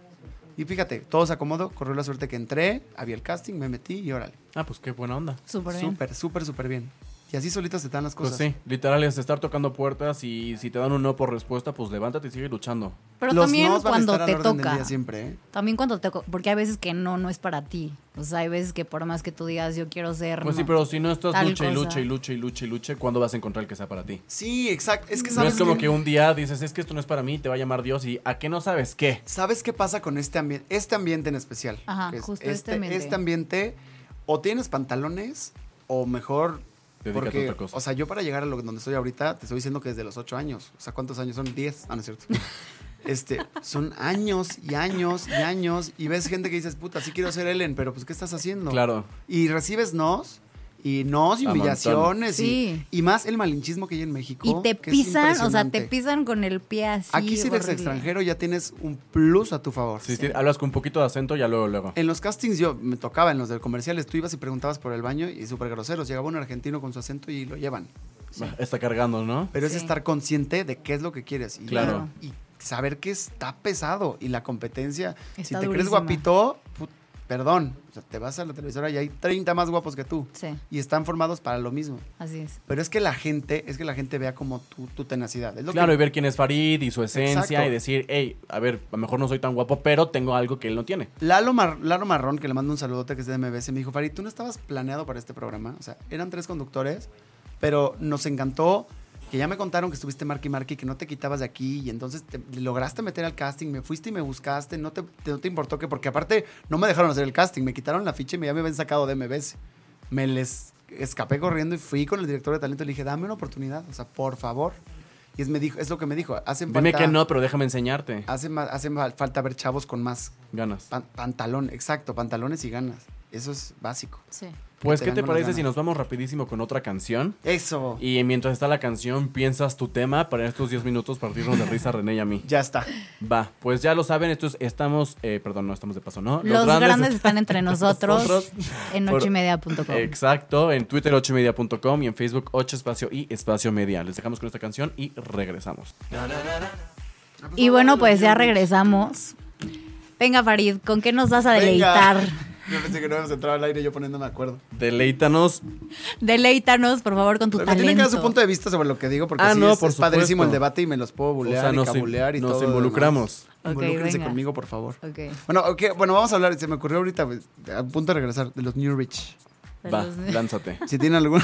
[SPEAKER 5] Y fíjate, todo se acomodó, corrió la suerte que entré, había el casting, me metí y órale.
[SPEAKER 3] Ah, pues qué buena onda.
[SPEAKER 2] Súper bien.
[SPEAKER 5] Súper, súper, súper bien. Y así solitas se te dan las
[SPEAKER 3] Pues
[SPEAKER 5] cosas.
[SPEAKER 3] sí, literal es estar tocando puertas y si te dan un no por respuesta, pues levántate y sigue luchando.
[SPEAKER 2] Pero
[SPEAKER 5] Los
[SPEAKER 2] también
[SPEAKER 5] nos van a
[SPEAKER 2] cuando
[SPEAKER 5] estar al
[SPEAKER 2] te
[SPEAKER 5] orden del
[SPEAKER 2] toca.
[SPEAKER 5] día siempre, ¿eh?
[SPEAKER 2] También cuando te toca. Porque hay veces que no, no es para ti. O sea, hay veces que por más que tú digas, yo quiero ser.
[SPEAKER 3] Pues sí,
[SPEAKER 2] no.
[SPEAKER 3] pero si no estás
[SPEAKER 2] Tal
[SPEAKER 3] lucha y
[SPEAKER 2] cosa.
[SPEAKER 3] lucha y lucha y lucha y lucha, ¿cuándo vas a encontrar el que sea para ti?
[SPEAKER 5] Sí, exacto. Es que
[SPEAKER 3] No
[SPEAKER 5] sabes
[SPEAKER 3] es como
[SPEAKER 5] qué?
[SPEAKER 3] que un día dices, es que esto no es para mí, te va a llamar Dios y ¿a qué no sabes qué?
[SPEAKER 5] ¿Sabes qué pasa con este ambiente? Este ambiente en especial.
[SPEAKER 2] Ajá,
[SPEAKER 5] que es
[SPEAKER 2] justo este ambiente.
[SPEAKER 5] Este ambiente, o tienes pantalones, o mejor.
[SPEAKER 3] Dedícate
[SPEAKER 5] Porque,
[SPEAKER 3] a otra cosa.
[SPEAKER 5] o sea, yo para llegar a lo, donde estoy ahorita, te estoy diciendo que desde los 8 años. O sea, ¿cuántos años son? 10. Ah, no es cierto. Este, son años y años y años. Y ves gente que dices, puta, sí quiero ser Ellen, pero pues, ¿qué estás haciendo?
[SPEAKER 3] Claro.
[SPEAKER 5] Y recibes nos, y nos, y
[SPEAKER 3] A montón.
[SPEAKER 5] humillaciones. y-
[SPEAKER 2] Sí.
[SPEAKER 5] Y, más el malinchismo que hay en México.
[SPEAKER 2] Y te
[SPEAKER 5] que es
[SPEAKER 2] pisan, o sea, te
[SPEAKER 5] impresionante.
[SPEAKER 2] pisan con el pie así.
[SPEAKER 5] Aquí si eres
[SPEAKER 2] horrible.
[SPEAKER 5] extranjero ya tienes un plus a tu favor.
[SPEAKER 3] Si te- hablas con un poquito de acento, ya luego, luego.
[SPEAKER 5] En los castings yo me tocaba, en los de comerciales, tú ibas y preguntabas por el baño y súper groseros. Llegaba un argentino con su acento y lo llevan.
[SPEAKER 3] Está cargando, ¿no?
[SPEAKER 5] Pero
[SPEAKER 2] Sí.
[SPEAKER 5] es estar consciente de qué es lo que quieres. Y,
[SPEAKER 3] Claro.
[SPEAKER 5] Y saber que está pesado y la competencia. si te
[SPEAKER 2] Está
[SPEAKER 5] crees
[SPEAKER 2] durísima.
[SPEAKER 5] guapito, put- perdón. O sea, te vas a la televisora y hay 30 más guapos que tú.
[SPEAKER 2] Sí,
[SPEAKER 5] Y están formados para lo mismo.
[SPEAKER 2] así es.
[SPEAKER 5] Pero es que la gente, es que la gente vea como tu, tu tenacidad. Es lo
[SPEAKER 3] Claro,
[SPEAKER 5] que-
[SPEAKER 3] y ver quién es Farid y su esencia
[SPEAKER 5] Exacto.
[SPEAKER 3] y decir, hey, a ver, a lo mejor no soy tan guapo, pero tengo algo que él no tiene.
[SPEAKER 5] Lalo, Mar- Lalo Marrón, que le mando un saludote que es de MBS, me dijo, Farid, tú no estabas planeado para este programa. O sea, eran tres conductores, pero nos encantó que ya me contaron que estuviste marque y marque y que no te quitabas de aquí y entonces te lograste meter al casting, me fuiste y me buscaste, no te, te- no te importó que, porque aparte no me dejaron hacer el casting, me quitaron la ficha y me- ya me habían sacado de MBS. Me les escapé corriendo y fui con el director de talento y le dije, dame una oportunidad, o sea, por favor. Y es, me dijo, es lo que me dijo, hacen
[SPEAKER 3] Dime
[SPEAKER 5] falta,
[SPEAKER 3] que no, pero déjame enseñarte.
[SPEAKER 5] hace ma- hace ma- falta ver chavos con más
[SPEAKER 3] Ganas.
[SPEAKER 5] pan- pantalón, exacto, pantalones y ganas. Eso es básico.
[SPEAKER 2] Sí.
[SPEAKER 3] Pues,
[SPEAKER 5] que
[SPEAKER 3] ¿qué te
[SPEAKER 5] tengan
[SPEAKER 3] parece
[SPEAKER 5] ganas.
[SPEAKER 3] si nos vamos rapidísimo con otra canción?
[SPEAKER 5] Eso.
[SPEAKER 3] Y mientras está la canción, piensas tu tema para estos 10 minutos partirnos de risa René y a mí.
[SPEAKER 5] Ya está.
[SPEAKER 3] Va, pues ya lo saben, estos estamos, eh, perdón, no estamos de paso, ¿no?
[SPEAKER 2] Los, grandes, están entre nosotros
[SPEAKER 3] nosotros
[SPEAKER 2] en
[SPEAKER 3] por-
[SPEAKER 2] ochimedia.com.
[SPEAKER 3] Exacto, en Twitter 8media.com y en Facebook 8 espacio y espacio media. Les dejamos con esta canción y regresamos.
[SPEAKER 2] Y bueno, pues ya regresamos. Venga, Farid, ¿con qué nos vas a
[SPEAKER 5] Venga.
[SPEAKER 2] deleitar?
[SPEAKER 5] Yo pensé que no habíamos entrado al aire yo poniéndome de acuerdo.
[SPEAKER 3] Deleítanos.
[SPEAKER 2] Deleítanos, por favor, con tu
[SPEAKER 5] Pero me tienen que dar
[SPEAKER 2] talento.
[SPEAKER 5] su punto de vista sobre lo que digo porque
[SPEAKER 3] Ah,
[SPEAKER 5] sí
[SPEAKER 3] no,
[SPEAKER 5] es,
[SPEAKER 3] por
[SPEAKER 5] es padrísimo
[SPEAKER 3] supuesto.
[SPEAKER 5] el debate y me los puedo bulear
[SPEAKER 3] O sea,
[SPEAKER 5] y
[SPEAKER 3] nos-
[SPEAKER 5] cabulear y
[SPEAKER 3] nos
[SPEAKER 5] todo. lo
[SPEAKER 3] involucramos.
[SPEAKER 5] demás.
[SPEAKER 2] Ok,
[SPEAKER 5] Involúcrense
[SPEAKER 2] venga.
[SPEAKER 5] conmigo, por favor.
[SPEAKER 2] Ok.
[SPEAKER 5] Bueno, ok, bueno, vamos a hablar, se me ocurrió ahorita, pues, a punto de regresar, de los New Rich.
[SPEAKER 3] Va, lánzate.
[SPEAKER 5] Si tienen algún,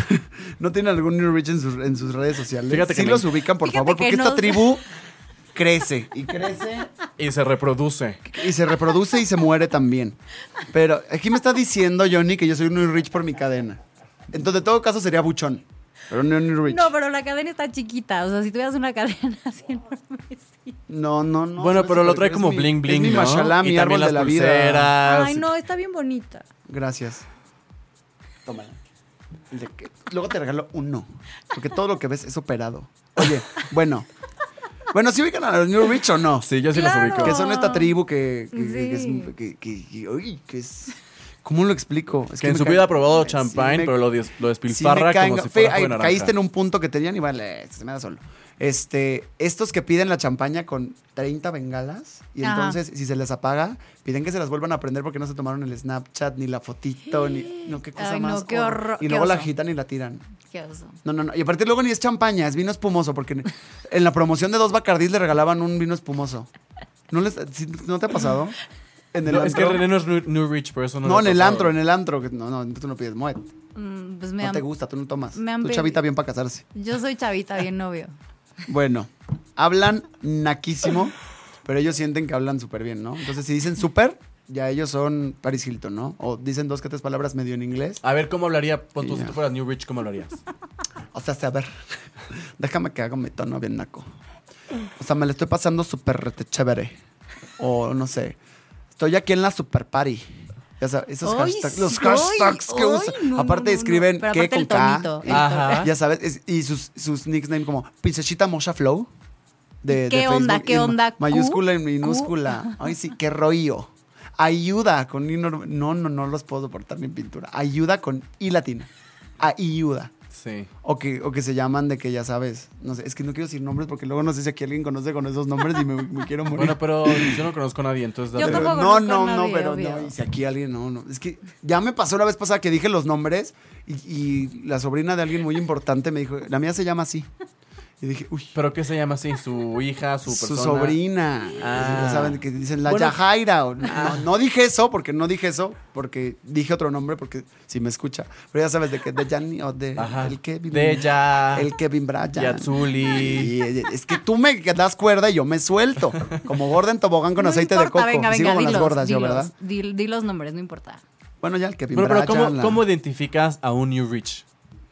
[SPEAKER 5] no tienen algún New Rich en sus, en sus redes sociales,
[SPEAKER 3] Fíjate que
[SPEAKER 5] sí
[SPEAKER 3] me-
[SPEAKER 5] los ubican, por
[SPEAKER 2] Fíjate
[SPEAKER 5] favor,
[SPEAKER 2] que
[SPEAKER 5] porque esta
[SPEAKER 2] nos-
[SPEAKER 5] tribu crece y crece
[SPEAKER 3] Y se reproduce.
[SPEAKER 5] y se reproduce y se muere también. Pero aquí me está diciendo Johnny que yo soy un New Rich por mi cadena. Entonces, en todo caso, sería buchón, pero no un New Rich.
[SPEAKER 2] No, pero la cadena está chiquita. O sea, si tuvieras una cadena así enorme, sí.
[SPEAKER 5] No, no, no.
[SPEAKER 3] bueno,
[SPEAKER 5] no,
[SPEAKER 3] pero
[SPEAKER 5] es
[SPEAKER 3] lo trae
[SPEAKER 5] porque
[SPEAKER 3] como
[SPEAKER 5] es mi-
[SPEAKER 3] bling bling,
[SPEAKER 5] Es mi
[SPEAKER 3] ¿no?
[SPEAKER 5] mashallah, mi
[SPEAKER 3] y también
[SPEAKER 5] árbol de
[SPEAKER 3] las
[SPEAKER 5] la vida.
[SPEAKER 3] pulseras.
[SPEAKER 2] Ay, no, está bien bonita.
[SPEAKER 5] Gracias. Tómala. De que- Luego te regalo uno. Porque todo lo que ves es operado. Oye, bueno. Bueno, si ubican a los New Rich o no.
[SPEAKER 3] Sí, yo sí
[SPEAKER 2] Claro.
[SPEAKER 3] las ubico.
[SPEAKER 5] Que son esta tribu que, que,
[SPEAKER 2] Oh.
[SPEAKER 5] que
[SPEAKER 2] Sí.
[SPEAKER 5] es. Que, que- que- uy, que es- ¿Cómo lo explico? Es
[SPEAKER 3] que en
[SPEAKER 5] me
[SPEAKER 3] su
[SPEAKER 5] ca-
[SPEAKER 3] vida ha probado
[SPEAKER 5] Sí
[SPEAKER 3] champagne,
[SPEAKER 5] me-
[SPEAKER 3] pero lo, des- lo
[SPEAKER 5] sí me
[SPEAKER 3] despilfarra
[SPEAKER 5] caen-
[SPEAKER 3] como si
[SPEAKER 5] fe-
[SPEAKER 3] fuera
[SPEAKER 5] ay,
[SPEAKER 3] jugo de naranja.
[SPEAKER 5] Caíste en un punto que te dirían y vale, se me da solo. Este, estos que piden la champaña con 30 bengalas y
[SPEAKER 2] Ajá.
[SPEAKER 5] entonces si se les apaga, piden que se las vuelvan a prender porque no se tomaron el Snapchat ni la fotito ni no qué cosa
[SPEAKER 2] Ay, no,
[SPEAKER 5] más.
[SPEAKER 2] qué
[SPEAKER 5] horror.
[SPEAKER 2] horror-
[SPEAKER 5] Y
[SPEAKER 2] qué
[SPEAKER 5] luego la
[SPEAKER 2] oso.
[SPEAKER 5] agitan y la tiran.
[SPEAKER 2] Qué oso.
[SPEAKER 5] No, no, no. Y aparte luego ni es champaña, es vino espumoso porque en- en la promoción de dos Bacardís le regalaban un vino espumoso. ¿No les sí, no te ha pasado? En el
[SPEAKER 3] No,
[SPEAKER 5] antro.
[SPEAKER 3] es que René no es New, New Rich, por eso no
[SPEAKER 5] no, en
[SPEAKER 3] le ha
[SPEAKER 5] el
[SPEAKER 3] pasado.
[SPEAKER 5] antro, en el antro, que- no, no, tú no pides moet.
[SPEAKER 2] Mm, pues me
[SPEAKER 5] No
[SPEAKER 2] han-
[SPEAKER 5] te gusta, tú no tomas.
[SPEAKER 2] me han
[SPEAKER 5] Tu
[SPEAKER 2] pedi-
[SPEAKER 5] chavita bien para casarse.
[SPEAKER 2] Yo soy chavita, bien novio.
[SPEAKER 5] Bueno, hablan naquísimo, pero ellos sienten que hablan súper bien, ¿no? Entonces, si dicen súper, ya ellos son Paris Hilton, ¿no? O dicen dos que tres palabras medio en inglés.
[SPEAKER 3] A ver, ¿cómo hablaría? Pon tú,
[SPEAKER 5] Sí,
[SPEAKER 3] si
[SPEAKER 5] ya.
[SPEAKER 3] tú fueras New Rich, ¿cómo hablarías?
[SPEAKER 5] O sea, a ver, déjame que haga mi tono bien naco. O sea, me le estoy pasando súper rete chévere. O no sé, estoy aquí en la super party. Ya sabes, esos
[SPEAKER 2] Ay,
[SPEAKER 5] hashtags, los
[SPEAKER 2] sí,
[SPEAKER 5] hashtags
[SPEAKER 2] ay,
[SPEAKER 5] que
[SPEAKER 2] ay,
[SPEAKER 5] usan.
[SPEAKER 2] no, no,
[SPEAKER 5] aparte
[SPEAKER 2] no, no.
[SPEAKER 5] escriben
[SPEAKER 2] Pero
[SPEAKER 5] que
[SPEAKER 2] aparte
[SPEAKER 5] con
[SPEAKER 2] el
[SPEAKER 5] K.
[SPEAKER 2] tonito, el
[SPEAKER 3] Ajá.
[SPEAKER 5] Ya sabes, es- y sus, sus nicknames como Princesita Mosha Flow. De,
[SPEAKER 2] ¿Qué
[SPEAKER 5] de
[SPEAKER 2] onda?
[SPEAKER 5] Facebook,
[SPEAKER 2] ¿Qué
[SPEAKER 5] y ma-
[SPEAKER 2] onda? ¿Q?
[SPEAKER 5] Mayúscula y
[SPEAKER 2] ¿Q?
[SPEAKER 5] minúscula. Ay, sí, qué rollo. Ayuda con I norm- No, no, no los puedo soportar ni en pintura. Ayuda con I latina. Ah, Ayuda.
[SPEAKER 3] Sí.
[SPEAKER 5] O que, o que se llaman de que ya sabes. No sé, es que no quiero decir nombres porque luego no sé si aquí alguien conoce con esos nombres y me, me quiero morir.
[SPEAKER 3] Bueno, pues, pero yo no conozco a nadie, entonces...
[SPEAKER 2] Yo
[SPEAKER 5] Pero
[SPEAKER 3] dale.
[SPEAKER 2] tampoco
[SPEAKER 5] no,
[SPEAKER 2] conozco
[SPEAKER 5] no,
[SPEAKER 2] a
[SPEAKER 5] no,
[SPEAKER 2] nadie,
[SPEAKER 5] pero
[SPEAKER 2] obvio.
[SPEAKER 5] no. Y si aquí alguien, no, no. Es que ya me pasó la vez pasada que dije los nombres y, y la sobrina de alguien muy importante me dijo, la mía se llama así. Y dije, uy,
[SPEAKER 3] ¿Pero qué se llama así? ¿Su hija, su
[SPEAKER 5] su
[SPEAKER 3] persona?
[SPEAKER 5] sobrina.
[SPEAKER 3] Ah.
[SPEAKER 5] Ya saben que dicen la
[SPEAKER 3] Bueno. Ah.
[SPEAKER 5] Yajaira. o- no, no dije eso porque no dije eso, porque dije otro nombre porque si me escucha. Pero ya sabes de que de Yanni o de
[SPEAKER 3] Ajá.
[SPEAKER 5] el Kevin.
[SPEAKER 3] De ella.
[SPEAKER 5] El Kevin Bryan.
[SPEAKER 3] Yatsuli.
[SPEAKER 5] Y, eh, es que tú me das cuerda y yo me suelto. Como gorda en tobogán con
[SPEAKER 2] No
[SPEAKER 5] aceite de
[SPEAKER 2] importa,
[SPEAKER 5] coco.
[SPEAKER 2] Venga,
[SPEAKER 5] Sigo
[SPEAKER 2] venga,
[SPEAKER 5] con
[SPEAKER 2] dilos,
[SPEAKER 5] las gordas
[SPEAKER 2] dilos,
[SPEAKER 5] yo, ¿verdad?
[SPEAKER 2] Di, di los nombres, no importa.
[SPEAKER 5] Bueno, ya el Kevin
[SPEAKER 3] Bueno, pero ¿cómo,
[SPEAKER 5] Bryan, la-
[SPEAKER 3] ¿cómo identificas a un New Rich?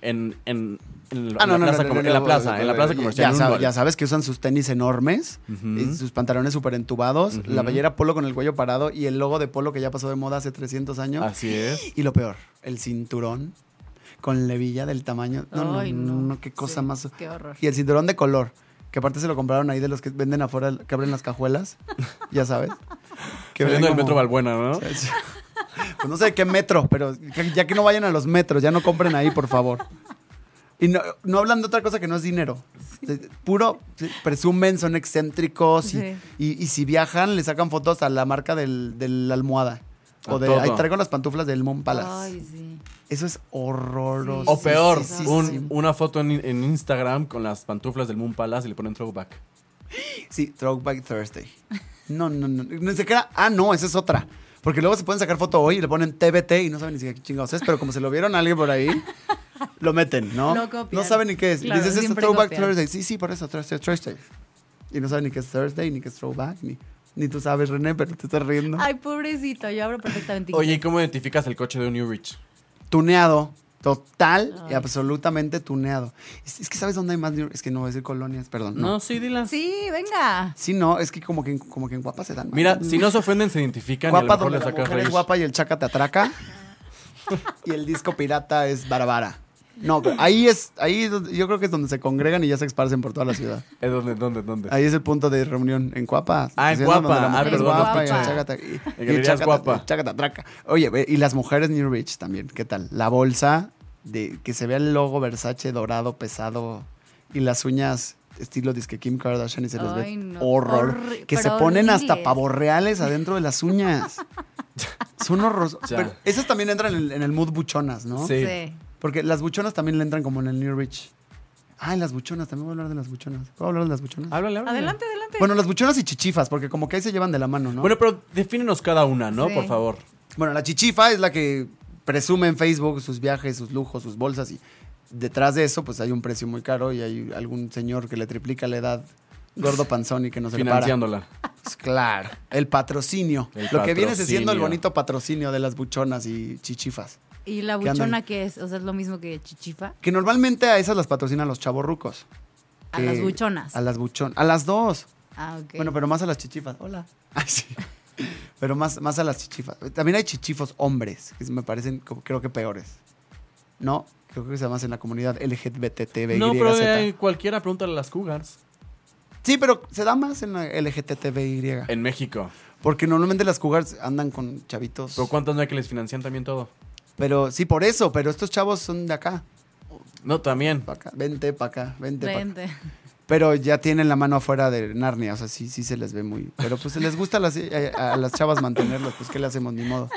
[SPEAKER 3] En, en, en, la
[SPEAKER 5] Ah, no, no, no,
[SPEAKER 3] plaza
[SPEAKER 5] no,
[SPEAKER 3] com-
[SPEAKER 5] no,
[SPEAKER 3] en la
[SPEAKER 5] no,
[SPEAKER 3] plaza,
[SPEAKER 5] no,
[SPEAKER 3] en la
[SPEAKER 5] no,
[SPEAKER 3] plaza
[SPEAKER 5] ya-
[SPEAKER 3] comercial. en
[SPEAKER 5] Ya,
[SPEAKER 3] un
[SPEAKER 5] sab-
[SPEAKER 3] mall.
[SPEAKER 5] ya sabes que usan sus tenis enormes,
[SPEAKER 3] Ujú.
[SPEAKER 5] y sus pantalones súper entubados, la bellera polo con el cuello parado y el logo de polo que ya pasó de moda hace 300 años.
[SPEAKER 3] Así es.
[SPEAKER 5] Y lo peor, el cinturón con levilla del tamaño. No, no,
[SPEAKER 2] Ay,
[SPEAKER 5] no,
[SPEAKER 2] no.
[SPEAKER 5] no, qué cosa
[SPEAKER 2] Sí,
[SPEAKER 5] más.
[SPEAKER 2] qué horror.
[SPEAKER 5] Y el cinturón de color, que aparte se lo compraron ahí de los que venden afuera, que abren las cajuelas, ya sabes.
[SPEAKER 3] Que
[SPEAKER 5] venden
[SPEAKER 3] Saliendo del
[SPEAKER 5] como-
[SPEAKER 3] metro Balbuena, ¿no?
[SPEAKER 5] Pues no sé de qué metro, pero que- ya que no vayan a los metros, ya no compren ahí, por favor. Y no, no hablan de otra cosa que no es dinero. Se- Puro, se- presumen, son excéntricos. y-
[SPEAKER 2] Sí.
[SPEAKER 5] Y, y si viajan, le sacan fotos a la marca del- de la almohada.
[SPEAKER 3] A
[SPEAKER 5] O de,
[SPEAKER 3] todo.
[SPEAKER 5] ahí traigo las pantuflas del Mon Palace.
[SPEAKER 2] Ay, sí.
[SPEAKER 5] Eso es horroroso.
[SPEAKER 3] O peor,
[SPEAKER 5] Sí, sí,
[SPEAKER 3] un-
[SPEAKER 5] sí.
[SPEAKER 3] una foto en, en Instagram con las pantuflas del Moon Palace y le ponen throwback.
[SPEAKER 5] Sí, Throwback Thursday. No, no, no. Ni siquiera. Ah, no, esa es otra. Porque luego se pueden sacar foto hoy y le ponen TBT y no saben ni siquiera qué chingados es, pero como se lo vieron a alguien por ahí, lo meten, ¿no?
[SPEAKER 2] Lo copian.
[SPEAKER 5] No saben ni qué es.
[SPEAKER 2] Claro,
[SPEAKER 5] Dices, es
[SPEAKER 2] siempre
[SPEAKER 5] Throwback
[SPEAKER 2] copian".
[SPEAKER 5] Thursday. Sí, sí, por eso, Thursday, Thursday. Y no saben ni qué es Thursday, ni qué es Throwback, ni, ni tú sabes, René, pero te estás riendo.
[SPEAKER 2] Ay, pobrecito, yo abro perfectamente.
[SPEAKER 3] Oye, ¿y cómo identificas el coche de un New Rich?
[SPEAKER 5] Tuneado. Total
[SPEAKER 2] Ay.
[SPEAKER 5] y absolutamente tuneado. Es, es que ¿sabes dónde hay más? New- Es que no voy a decir colonias, perdón. No.
[SPEAKER 3] sí, dilas.
[SPEAKER 2] Sí, venga.
[SPEAKER 5] Sí, no, es que como que, en- como que en guapa se dan. más.
[SPEAKER 3] Mira, si no se ofenden, se identifican y a
[SPEAKER 5] Guapa
[SPEAKER 3] lo mejor
[SPEAKER 5] donde
[SPEAKER 3] les
[SPEAKER 5] la
[SPEAKER 3] sacas
[SPEAKER 5] mujer es
[SPEAKER 3] reír.
[SPEAKER 5] guapa y el chaca te atraca. y el disco pirata es barabara. No, pero ahí es, ahí es donde- yo creo que es donde se congregan y ya se esparcen por toda la ciudad.
[SPEAKER 3] Eh, ¿Dónde, dónde, dónde?
[SPEAKER 5] Ahí es el punto de reunión en Cuapa.
[SPEAKER 3] Ah, en
[SPEAKER 5] Diciendo
[SPEAKER 3] Cuapa.
[SPEAKER 5] donde la
[SPEAKER 3] Ah,
[SPEAKER 5] mujer es
[SPEAKER 2] perdón,
[SPEAKER 5] guapa y el
[SPEAKER 2] Cuapa.
[SPEAKER 5] chaca te- y- y el
[SPEAKER 3] galerías
[SPEAKER 5] chaca te-
[SPEAKER 3] Cuapa.
[SPEAKER 5] el chaca te atraca. Oye, ve, y las mujeres New Rich también, ¿qué tal? La bolsa de que se vea el logo Versace dorado pesado y las uñas estilo disque Kim Kardashian y se les
[SPEAKER 2] Ay,
[SPEAKER 5] ve
[SPEAKER 2] no,
[SPEAKER 5] horror,
[SPEAKER 2] horri-
[SPEAKER 5] que se
[SPEAKER 2] pero
[SPEAKER 5] ponen hasta
[SPEAKER 2] horribles.
[SPEAKER 5] pavorreales adentro de las uñas. Son horrorosos.
[SPEAKER 3] Ya.
[SPEAKER 5] Pero esas también entran en el, en el mood buchonas, ¿no?
[SPEAKER 3] Sí.
[SPEAKER 2] Sí.
[SPEAKER 5] Porque las buchonas también le entran como en el New Rich. Ay, las buchonas, también voy a hablar de las buchonas. ¿Puedo hablar de las buchonas?
[SPEAKER 3] Háblale, háblale.
[SPEAKER 2] Adelante, adelante.
[SPEAKER 5] Bueno, las buchonas y chichifas, porque como que ahí se llevan de la mano, ¿no? Bueno,
[SPEAKER 3] Bueno, pero defínenos cada una, ¿no?
[SPEAKER 2] Sí.
[SPEAKER 3] Por favor.
[SPEAKER 5] la chichifa es la que presume en Facebook sus viajes, sus lujos, sus bolsas y detrás de eso pues hay un precio muy caro y hay algún señor que le triplica la edad gordo panzón y que no se le para.
[SPEAKER 3] Financiándola.
[SPEAKER 5] Pues, claro, el patrocinio.
[SPEAKER 3] El
[SPEAKER 5] lo que viene es siendo el
[SPEAKER 3] patrocinio.
[SPEAKER 5] bonito patrocinio de las buchonas y chichifas.
[SPEAKER 2] ¿Y la
[SPEAKER 5] ¿Qué andan?
[SPEAKER 2] buchona qué es? O sea, es lo mismo que chichifa.
[SPEAKER 5] Que normalmente a esas las patrocinan los chavorrucos.
[SPEAKER 2] A las
[SPEAKER 5] Que-
[SPEAKER 2] buchonas.
[SPEAKER 5] A las buchonas. A las dos.
[SPEAKER 2] Ah, ok.
[SPEAKER 5] Bueno, pero más a las chichifas. Hola. Ay, sí. Pero más, más a las chichifas. También hay chichifos hombres, que me parecen, como- creo que peores. No, creo que se más en la comunidad LGBTBYZ.
[SPEAKER 3] No, pero eh, cualquiera pregúntale a las Cougars.
[SPEAKER 5] Sí, pero se da más en la LGTBY.
[SPEAKER 3] En México.
[SPEAKER 5] Porque normalmente las cougars andan con chavitos.
[SPEAKER 3] ¿Pero cuántos no hay que les financian también todo?
[SPEAKER 5] Pero sí, por eso, pero estos chavos son de acá.
[SPEAKER 3] No, también.
[SPEAKER 5] Pa' acá. Vente para acá, vente para acá.
[SPEAKER 2] Vente.
[SPEAKER 5] Pero ya tienen la mano afuera de Narnia, o sea, sí, sí se les ve muy. Pero pues les gusta a las, eh, a las chavas mantenerlas, pues ¿qué le hacemos? Ni modo.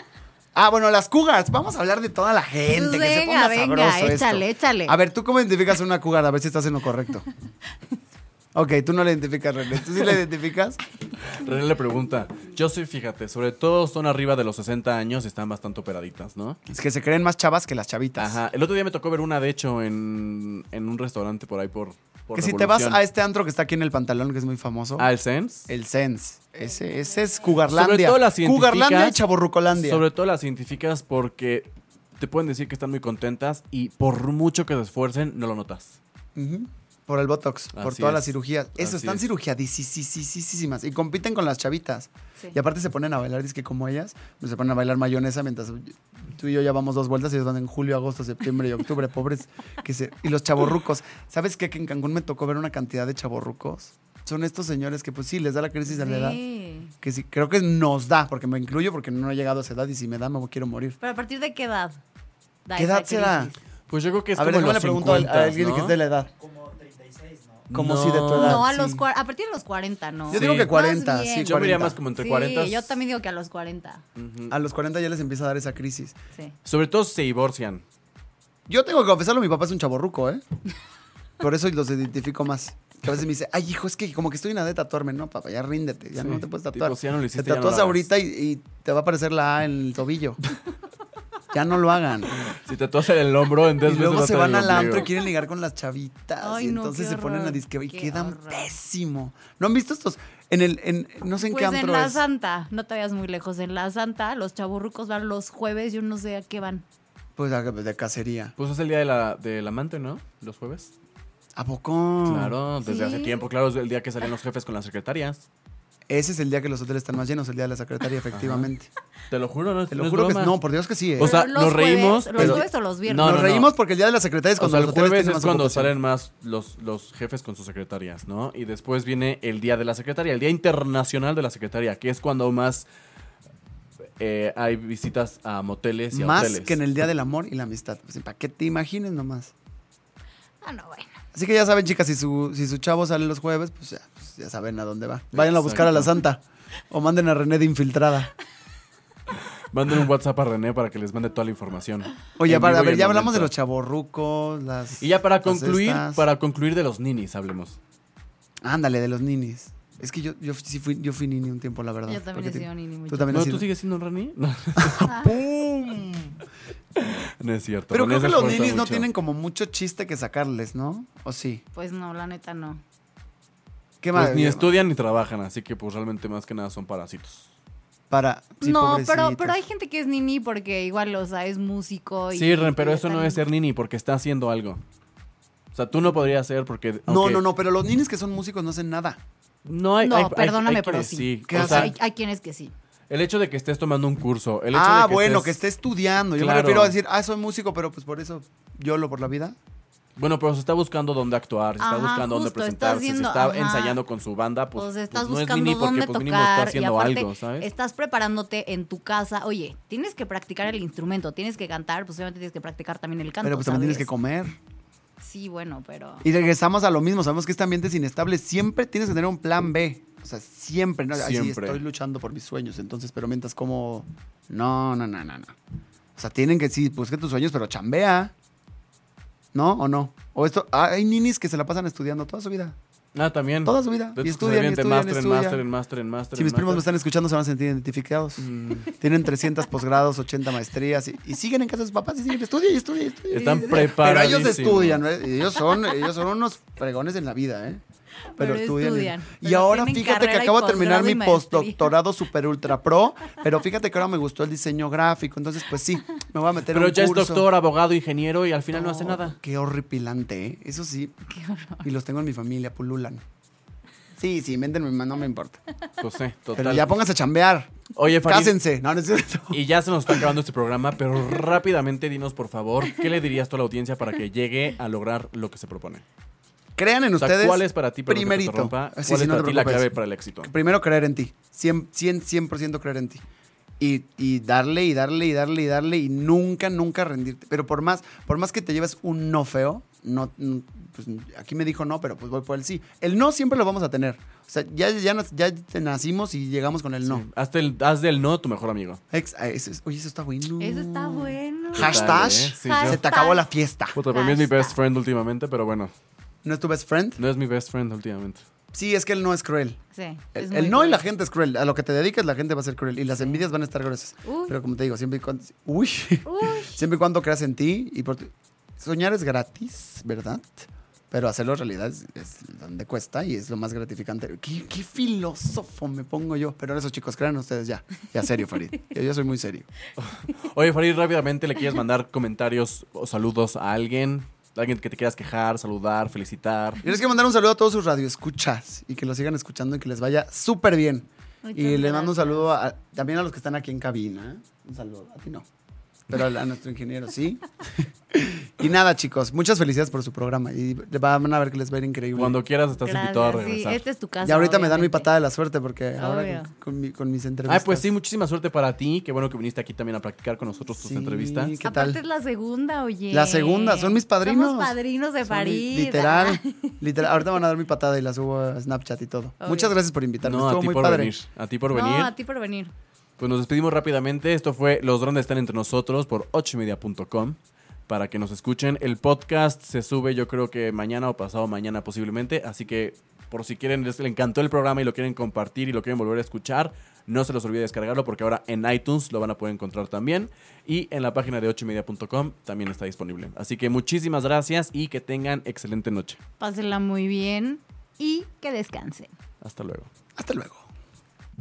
[SPEAKER 5] Ah, bueno, las cougars. Vamos a hablar de toda la gente. que se
[SPEAKER 2] Pues Venga,
[SPEAKER 5] ponga
[SPEAKER 2] venga,
[SPEAKER 5] sabroso esto.
[SPEAKER 2] échale, échale.
[SPEAKER 5] A ver, ¿tú cómo identificas una cougar? A ver si estás en lo correcto. Ok, tú no la identificas, René. ¿Tú sí la identificas?
[SPEAKER 3] René le pregunta. Yo soy, fíjate, sobre todo son arriba de los 60 años y están bastante operaditas, ¿no?
[SPEAKER 5] Es que se creen más chavas que las chavitas.
[SPEAKER 3] Ajá. El otro día me tocó ver una, de hecho, en, en un restaurante por ahí por. por
[SPEAKER 5] que si te vas
[SPEAKER 3] Revolución.
[SPEAKER 5] a este Eh, antro que está aquí en el pantalón, que es muy famoso,
[SPEAKER 3] Ah, el Sense.
[SPEAKER 5] el Sense. Ese, ese es Cougarlandia.
[SPEAKER 3] Sobre todo las identificas-
[SPEAKER 5] Cougarlandia y Chaborrucolandia.
[SPEAKER 3] Sobre todo las científicas porque te pueden decir que están muy contentas y por mucho que se esfuercen, no lo notas.
[SPEAKER 5] Ujú. Por el Botox, por
[SPEAKER 3] Así
[SPEAKER 5] todas
[SPEAKER 3] es.
[SPEAKER 5] las cirugías.
[SPEAKER 3] Así
[SPEAKER 5] Eso, están
[SPEAKER 3] es.
[SPEAKER 5] cirugiadísimas. Y compiten con las chavitas.
[SPEAKER 2] Sí.
[SPEAKER 5] Y aparte se ponen a bailar, que como ellas, pues se ponen a bailar mayonesa mientras tú y yo ya vamos dos vueltas y ellos van en julio, agosto, septiembre y octubre, pobres. Que se... Y los chaborrucos. ¿Sabes qué? Que en Cancún me tocó ver una cantidad de chaborrucos. Son estos señores que pues sí, les da la crisis de la edad.
[SPEAKER 2] Sí.
[SPEAKER 5] Que sí, creo que nos da, porque me incluyo, porque no he llegado a esa edad y si me da me quiero morir.
[SPEAKER 2] ¿Pero a partir de qué edad? Da
[SPEAKER 5] ¿Qué
[SPEAKER 2] esa
[SPEAKER 5] edad se da?
[SPEAKER 2] crisis.
[SPEAKER 3] Pues yo creo que es
[SPEAKER 5] a ver,
[SPEAKER 3] como
[SPEAKER 5] déjame
[SPEAKER 3] en
[SPEAKER 5] le
[SPEAKER 3] los
[SPEAKER 5] pregunto a-
[SPEAKER 3] 50,
[SPEAKER 5] a alguien que
[SPEAKER 3] ¿no?
[SPEAKER 5] es de la edad. Como si de tu edad.
[SPEAKER 2] No, a
[SPEAKER 5] sí.
[SPEAKER 2] los cua- a partir de los 40, ¿no?
[SPEAKER 5] Yo
[SPEAKER 3] Sí.
[SPEAKER 5] digo que 40,
[SPEAKER 2] Más
[SPEAKER 5] sí,
[SPEAKER 2] bien.
[SPEAKER 3] Yo me iría
[SPEAKER 5] 40.
[SPEAKER 3] más como entre
[SPEAKER 2] Sí,
[SPEAKER 3] 40.
[SPEAKER 2] yo también digo que a los 40.
[SPEAKER 3] Ujú.
[SPEAKER 5] A los 40 ya les empieza a dar esa crisis.
[SPEAKER 2] Sí.
[SPEAKER 3] Sobre todo se divorcian.
[SPEAKER 5] Yo tengo que confesarlo, mi papá es un chaborruco, ¿eh? Por eso los identifico más. Que a veces me dice, ay, hijo, es que como que estoy en la de tatuarme. No, papá, ya ríndete, ya
[SPEAKER 3] Sí.
[SPEAKER 5] no te puedes tatuar.
[SPEAKER 3] Tipo, si ya no lo hiciste,
[SPEAKER 5] te
[SPEAKER 3] ya no lo
[SPEAKER 5] tatúas
[SPEAKER 3] hagas.
[SPEAKER 5] ahorita y, y te va a aparecer la A en el tobillo. ya no lo hagan.
[SPEAKER 3] Si te tatuas en el hombro, en 10
[SPEAKER 5] Y
[SPEAKER 3] veces
[SPEAKER 5] luego
[SPEAKER 3] vas
[SPEAKER 5] se
[SPEAKER 3] a
[SPEAKER 5] van
[SPEAKER 3] tener
[SPEAKER 5] al
[SPEAKER 3] el ombligo.
[SPEAKER 5] antro y quieren ligar con las chavitas.
[SPEAKER 2] Ay,
[SPEAKER 5] y
[SPEAKER 2] no,
[SPEAKER 5] entonces
[SPEAKER 2] qué
[SPEAKER 5] se ponen a
[SPEAKER 2] horror,
[SPEAKER 5] disque y
[SPEAKER 2] qué
[SPEAKER 5] quedan
[SPEAKER 2] horror.
[SPEAKER 5] pésimo. ¿No han visto estos? En el, en, no sé en
[SPEAKER 2] Pues
[SPEAKER 5] qué
[SPEAKER 2] en
[SPEAKER 5] antro
[SPEAKER 2] la
[SPEAKER 5] es.
[SPEAKER 2] Santa, no te vayas muy lejos. En la Santa, los chaburrucos van los jueves, yo no sé a qué van.
[SPEAKER 5] Pues a- de cacería.
[SPEAKER 3] Pues es el día de la, del amante, ¿no? Los jueves.
[SPEAKER 5] ¿A poco?
[SPEAKER 3] Claro, desde
[SPEAKER 2] Sí.
[SPEAKER 3] hace tiempo. Claro, es el día que salían los jefes con las secretarias.
[SPEAKER 5] Ese es el día que los hoteles están más llenos, el día de la secretaria, efectivamente.
[SPEAKER 3] Te lo juro, ¿no?
[SPEAKER 5] Te lo
[SPEAKER 3] no es
[SPEAKER 5] juro que
[SPEAKER 3] broma.
[SPEAKER 5] no, por Dios que sí. ¿eh?
[SPEAKER 3] O sea,
[SPEAKER 2] Pero los
[SPEAKER 3] nos
[SPEAKER 2] jueves-
[SPEAKER 3] reímos, pero-
[SPEAKER 2] ¿Los jueves o los viernes?
[SPEAKER 3] No,
[SPEAKER 5] Nos
[SPEAKER 3] no, no.
[SPEAKER 5] reímos porque el día de la secretaria es
[SPEAKER 3] O
[SPEAKER 5] cuando
[SPEAKER 3] sea, el
[SPEAKER 5] los hoteles
[SPEAKER 3] jueves
[SPEAKER 5] tienen
[SPEAKER 3] es
[SPEAKER 5] más
[SPEAKER 3] cuando
[SPEAKER 5] ocupación.
[SPEAKER 3] salen más los, los jefes con sus secretarias, ¿no? Y después viene el Día de la Secretaria, el Día Internacional de la Secretaria, que es cuando más eh, hay visitas a moteles y a
[SPEAKER 5] Más
[SPEAKER 3] hoteles.
[SPEAKER 5] que en el día del amor y la amistad. Pues, ¿Para qué te imagines nomás?
[SPEAKER 2] Ah, no, bueno.
[SPEAKER 5] Así que ya saben, chicas, si su, si su chavo sale los jueves, pues ya, pues, ya saben a dónde va. Vayan a buscar a la santa. O manden a René de infiltrada.
[SPEAKER 3] Manden un WhatsApp a René para que les mande toda la información.
[SPEAKER 5] Oye,
[SPEAKER 3] En
[SPEAKER 5] para, a
[SPEAKER 3] vivo y
[SPEAKER 5] ver,
[SPEAKER 3] en
[SPEAKER 5] ya hablamos de los
[SPEAKER 3] momento.
[SPEAKER 5] chavorrucos, las.
[SPEAKER 3] Y ya para
[SPEAKER 5] las
[SPEAKER 3] concluir,
[SPEAKER 5] estas.
[SPEAKER 3] para concluir de los ninis, hablemos.
[SPEAKER 5] Ándale, de los ninis. Es que yo, yo sí fui, yo fui nini un tiempo, la verdad.
[SPEAKER 2] Yo también
[SPEAKER 5] porque
[SPEAKER 2] he
[SPEAKER 5] te-
[SPEAKER 2] sido nini
[SPEAKER 5] Tú
[SPEAKER 2] mucho.
[SPEAKER 5] también
[SPEAKER 3] ¿No
[SPEAKER 5] has sido.
[SPEAKER 3] tú sigues siendo un reni?
[SPEAKER 5] ¡Pum!
[SPEAKER 3] No es cierto.
[SPEAKER 5] Pero creo
[SPEAKER 3] Vanessa
[SPEAKER 5] que los
[SPEAKER 3] esfuerza
[SPEAKER 5] ninis no
[SPEAKER 3] mucho.
[SPEAKER 5] tienen como mucho chiste que sacarles, ¿no? ¿O sí?
[SPEAKER 2] Pues no, la neta no.
[SPEAKER 5] ¿Qué más?
[SPEAKER 3] Pues ni estudian ni trabajan, así que pues realmente más que nada son parásitos.
[SPEAKER 5] Para. sí,
[SPEAKER 2] no, pero,
[SPEAKER 5] pobrecitos.
[SPEAKER 2] pero hay gente que es nini porque igual, o sea, es músico. Y,
[SPEAKER 3] Sí, Ren, pero
[SPEAKER 2] y
[SPEAKER 3] eso
[SPEAKER 2] está
[SPEAKER 3] no
[SPEAKER 2] en-
[SPEAKER 3] es ser nini porque está haciendo algo. O sea, tú no podrías ser porque...
[SPEAKER 5] No,
[SPEAKER 3] aunque-
[SPEAKER 5] no, no, pero los ninis que son músicos no hacen nada.
[SPEAKER 3] No, hay,
[SPEAKER 2] No,
[SPEAKER 3] hay- hay-
[SPEAKER 2] perdóname,
[SPEAKER 3] hay
[SPEAKER 2] pero
[SPEAKER 3] quienes
[SPEAKER 2] sí.
[SPEAKER 5] ¿Qué
[SPEAKER 3] O sea,
[SPEAKER 2] hay, hay quienes que sí.
[SPEAKER 3] el hecho de que estés tomando un curso, el hecho
[SPEAKER 5] Ah,
[SPEAKER 3] de que
[SPEAKER 5] bueno,
[SPEAKER 3] estés-
[SPEAKER 5] que esté estudiando. Yo me
[SPEAKER 3] Claro.
[SPEAKER 5] refiero a decir, ah, soy músico, pero pues por eso YOLO por la vida.
[SPEAKER 3] Bueno, pero se está buscando dónde actuar, se está
[SPEAKER 2] Ajá,
[SPEAKER 3] buscando dónde
[SPEAKER 2] justo,
[SPEAKER 3] presentarse,
[SPEAKER 2] estás viendo-
[SPEAKER 3] se está
[SPEAKER 2] ajá.
[SPEAKER 3] ensayando con su banda, pues,
[SPEAKER 2] o sea, estás
[SPEAKER 3] pues, no es
[SPEAKER 2] buscando
[SPEAKER 3] nini porque
[SPEAKER 2] dónde
[SPEAKER 3] pues mínimo está
[SPEAKER 2] tocar y
[SPEAKER 3] haciendo
[SPEAKER 2] aparte
[SPEAKER 3] algo, ¿sabes?
[SPEAKER 2] estás preparándote en tu casa. Oye, tienes que practicar el instrumento, tienes que cantar, pues obviamente tienes que practicar también el canto.
[SPEAKER 5] pero pues también
[SPEAKER 2] ¿sabes?
[SPEAKER 5] tienes que comer.
[SPEAKER 2] Sí, bueno, pero
[SPEAKER 5] Y regresamos a lo mismo. Sabemos que este ambiente es inestable. Siempre tienes que tener un plan B. O sea, siempre. ¿no? Ay, sí,
[SPEAKER 3] Siempre.
[SPEAKER 5] estoy luchando por mis sueños. Entonces, pero mientras como... No, no, no, no, no. O sea, tienen que, sí, busque tus sueños, pero chambea. ¿No? ¿O no? O esto... ah, Hay ninis que se la pasan estudiando toda su vida.
[SPEAKER 3] Nada, también.
[SPEAKER 5] Toda su vida.
[SPEAKER 3] De
[SPEAKER 5] Y
[SPEAKER 3] estos que
[SPEAKER 5] estudian, y
[SPEAKER 3] se avienten
[SPEAKER 5] estudian,
[SPEAKER 3] máster, en
[SPEAKER 5] estudian.
[SPEAKER 3] máster, en máster, en máster.
[SPEAKER 5] Si
[SPEAKER 3] en
[SPEAKER 5] mis primos me
[SPEAKER 3] máster.
[SPEAKER 5] están escuchando, se van a sentir identificados.
[SPEAKER 3] Mm.
[SPEAKER 5] Tienen 300 posgrados, 80 maestrías y, y siguen en casa de sus papás y siguen estudia y estudia y estudia.
[SPEAKER 3] Están
[SPEAKER 5] Pero
[SPEAKER 3] preparados.
[SPEAKER 5] ellos estudian, ¿eh? ellos son, ellos son unos fregones en la vida, ¿eh? Pero,
[SPEAKER 2] Pero
[SPEAKER 5] estudian.
[SPEAKER 2] estudian.
[SPEAKER 5] Y
[SPEAKER 2] Pero
[SPEAKER 5] ahora
[SPEAKER 2] tienen
[SPEAKER 5] fíjate que
[SPEAKER 2] carrera y
[SPEAKER 5] acabo de terminar
[SPEAKER 2] posgrado y
[SPEAKER 5] mi
[SPEAKER 2] maestría.
[SPEAKER 5] postdoctorado super ultra pro, pero fíjate que ahora me gustó el diseño gráfico, entonces pues sí, me voy a meter a
[SPEAKER 3] Pero
[SPEAKER 5] un
[SPEAKER 3] ya es
[SPEAKER 5] curso. Oh,
[SPEAKER 3] doctor, abogado, ingeniero y al final no hace nada.
[SPEAKER 5] Qué horripilante, ¿eh? Eso sí. Y los tengo en mi familia, pululan. Sí, sí, méntenme, no me importa.
[SPEAKER 3] Pues sí,
[SPEAKER 5] Pero
[SPEAKER 3] total.
[SPEAKER 5] ya pónganse a chambear.
[SPEAKER 3] Oye, Farid,
[SPEAKER 5] Cásense. No, no es cierto.
[SPEAKER 3] Y ya se nos está acabando este programa, pero rápidamente dinos, por favor, ¿qué le dirías tú a la audiencia para que llegue a lograr lo que se propone?
[SPEAKER 5] Crean en
[SPEAKER 3] O sea,
[SPEAKER 5] ustedes.
[SPEAKER 3] ¿cuál es para ti, perdón que te
[SPEAKER 5] primerito.
[SPEAKER 3] interrumpa,
[SPEAKER 5] Sí,
[SPEAKER 3] cuál
[SPEAKER 5] sí,
[SPEAKER 3] es
[SPEAKER 5] no
[SPEAKER 3] para
[SPEAKER 5] te
[SPEAKER 3] ti la
[SPEAKER 5] preocupes.
[SPEAKER 3] clave para el éxito?
[SPEAKER 5] Primero creer en ti. 100%, 100, 100% creer en ti. Y, y darle y darle y darle y darle y nunca, nunca rendirte. Pero por más, por más que te lleves un no feo, no, mm, pues, aquí me dijo no, pero pues voy por el sí. El no siempre lo vamos a tener. O sea, ya, ya, nas- ya te nacimos y llegamos con el no.
[SPEAKER 3] Hazte el- haz del no tu mejor amigo.
[SPEAKER 5] Ex- ah, eso es- oye, eso está bueno.
[SPEAKER 2] eso está bueno.
[SPEAKER 5] Hashtag.
[SPEAKER 3] Dale, ¿eh? Sí,
[SPEAKER 2] Hashtag.
[SPEAKER 5] Se te acabó la fiesta.
[SPEAKER 3] Puta, para mí es mi
[SPEAKER 2] Hashtag.
[SPEAKER 3] best friend últimamente, pero bueno,
[SPEAKER 5] ¿No es tu best friend?
[SPEAKER 3] no es mi best friend últimamente.
[SPEAKER 5] Sí, es que el no es cruel.
[SPEAKER 2] Sí, es
[SPEAKER 5] El,
[SPEAKER 2] muy
[SPEAKER 5] el no y
[SPEAKER 2] bueno.
[SPEAKER 5] la gente es cruel. A lo que te dediques, la gente va a ser cruel. Y las envidias van a estar gruesas.
[SPEAKER 2] Uy.
[SPEAKER 5] Pero como te digo, siempre y cuando. Uy.
[SPEAKER 2] Uy.
[SPEAKER 5] siempre y cuando creas en ti y por tu- Soñar es gratis, ¿verdad? Pero hacerlo realidad es, es donde cuesta y es lo más gratificante. ¿Qué, qué filósofo me pongo yo. Pero eso, chicos, crean ustedes ya. Ya serio, Farid. Yo, yo soy muy serio.
[SPEAKER 3] Oye, Farid, rápidamente le quieres mandar comentarios o saludos a alguien, alguien que te quieras quejar, saludar, felicitar.
[SPEAKER 5] Yo les quiero mandar un saludo a todos sus radioescuchas y que los sigan escuchando y que les vaya súper bien.
[SPEAKER 2] Muchas
[SPEAKER 5] y les mando
[SPEAKER 2] gracias.
[SPEAKER 5] un saludo a- también a los que están aquí en cabina. Un saludo, a ti no. Pero a, a nuestro ingeniero sí. y nada, chicos, muchas felicidades por su programa. Y van a ver que les va a ir increíble.
[SPEAKER 3] Cuando quieras estás
[SPEAKER 2] Gracias,
[SPEAKER 3] invitado a
[SPEAKER 2] sí,
[SPEAKER 3] regresar.
[SPEAKER 2] esta es tu casa.
[SPEAKER 5] y ahorita me dan mi
[SPEAKER 2] obviamente.
[SPEAKER 5] patada de la suerte porque ahora
[SPEAKER 2] Obvio.
[SPEAKER 5] con, con mi- con mis entrevistas.
[SPEAKER 3] Ah, pues sí, muchísima suerte para ti. Qué bueno que viniste aquí también a practicar con nosotros tus
[SPEAKER 5] Sí,
[SPEAKER 3] entrevistas.
[SPEAKER 5] ¿Qué
[SPEAKER 2] Aparte
[SPEAKER 5] tal?
[SPEAKER 2] es la segunda, oye.
[SPEAKER 5] La segunda, son mis padrinos.
[SPEAKER 2] Somos padrinos de
[SPEAKER 5] Son li-
[SPEAKER 2] Farid.
[SPEAKER 5] Literal, literal. Ahorita van a dar mi patada y la subo a Snapchat y todo.
[SPEAKER 2] Obvio.
[SPEAKER 5] Muchas gracias por invitarme.
[SPEAKER 3] No, a
[SPEAKER 5] Estuvo
[SPEAKER 3] ti
[SPEAKER 5] muy
[SPEAKER 3] por
[SPEAKER 5] padre.
[SPEAKER 3] venir. A ti por venir.
[SPEAKER 2] No, a ti por venir.
[SPEAKER 3] Pues nos despedimos rápidamente. Esto fue Los Grandes están entre nosotros por 8media.com para que nos escuchen. El podcast se sube yo creo que mañana o pasado mañana posiblemente. Así que por si quieren, les le encantó el programa y lo quieren compartir y lo quieren volver a escuchar, no se los olvide descargarlo porque ahora en iTunes lo van a poder encontrar también. Y en la página de 8media.com también está disponible. Así que muchísimas gracias y que tengan excelente noche.
[SPEAKER 2] Pásenla muy bien y que descansen.
[SPEAKER 3] Hasta luego.
[SPEAKER 5] Hasta luego.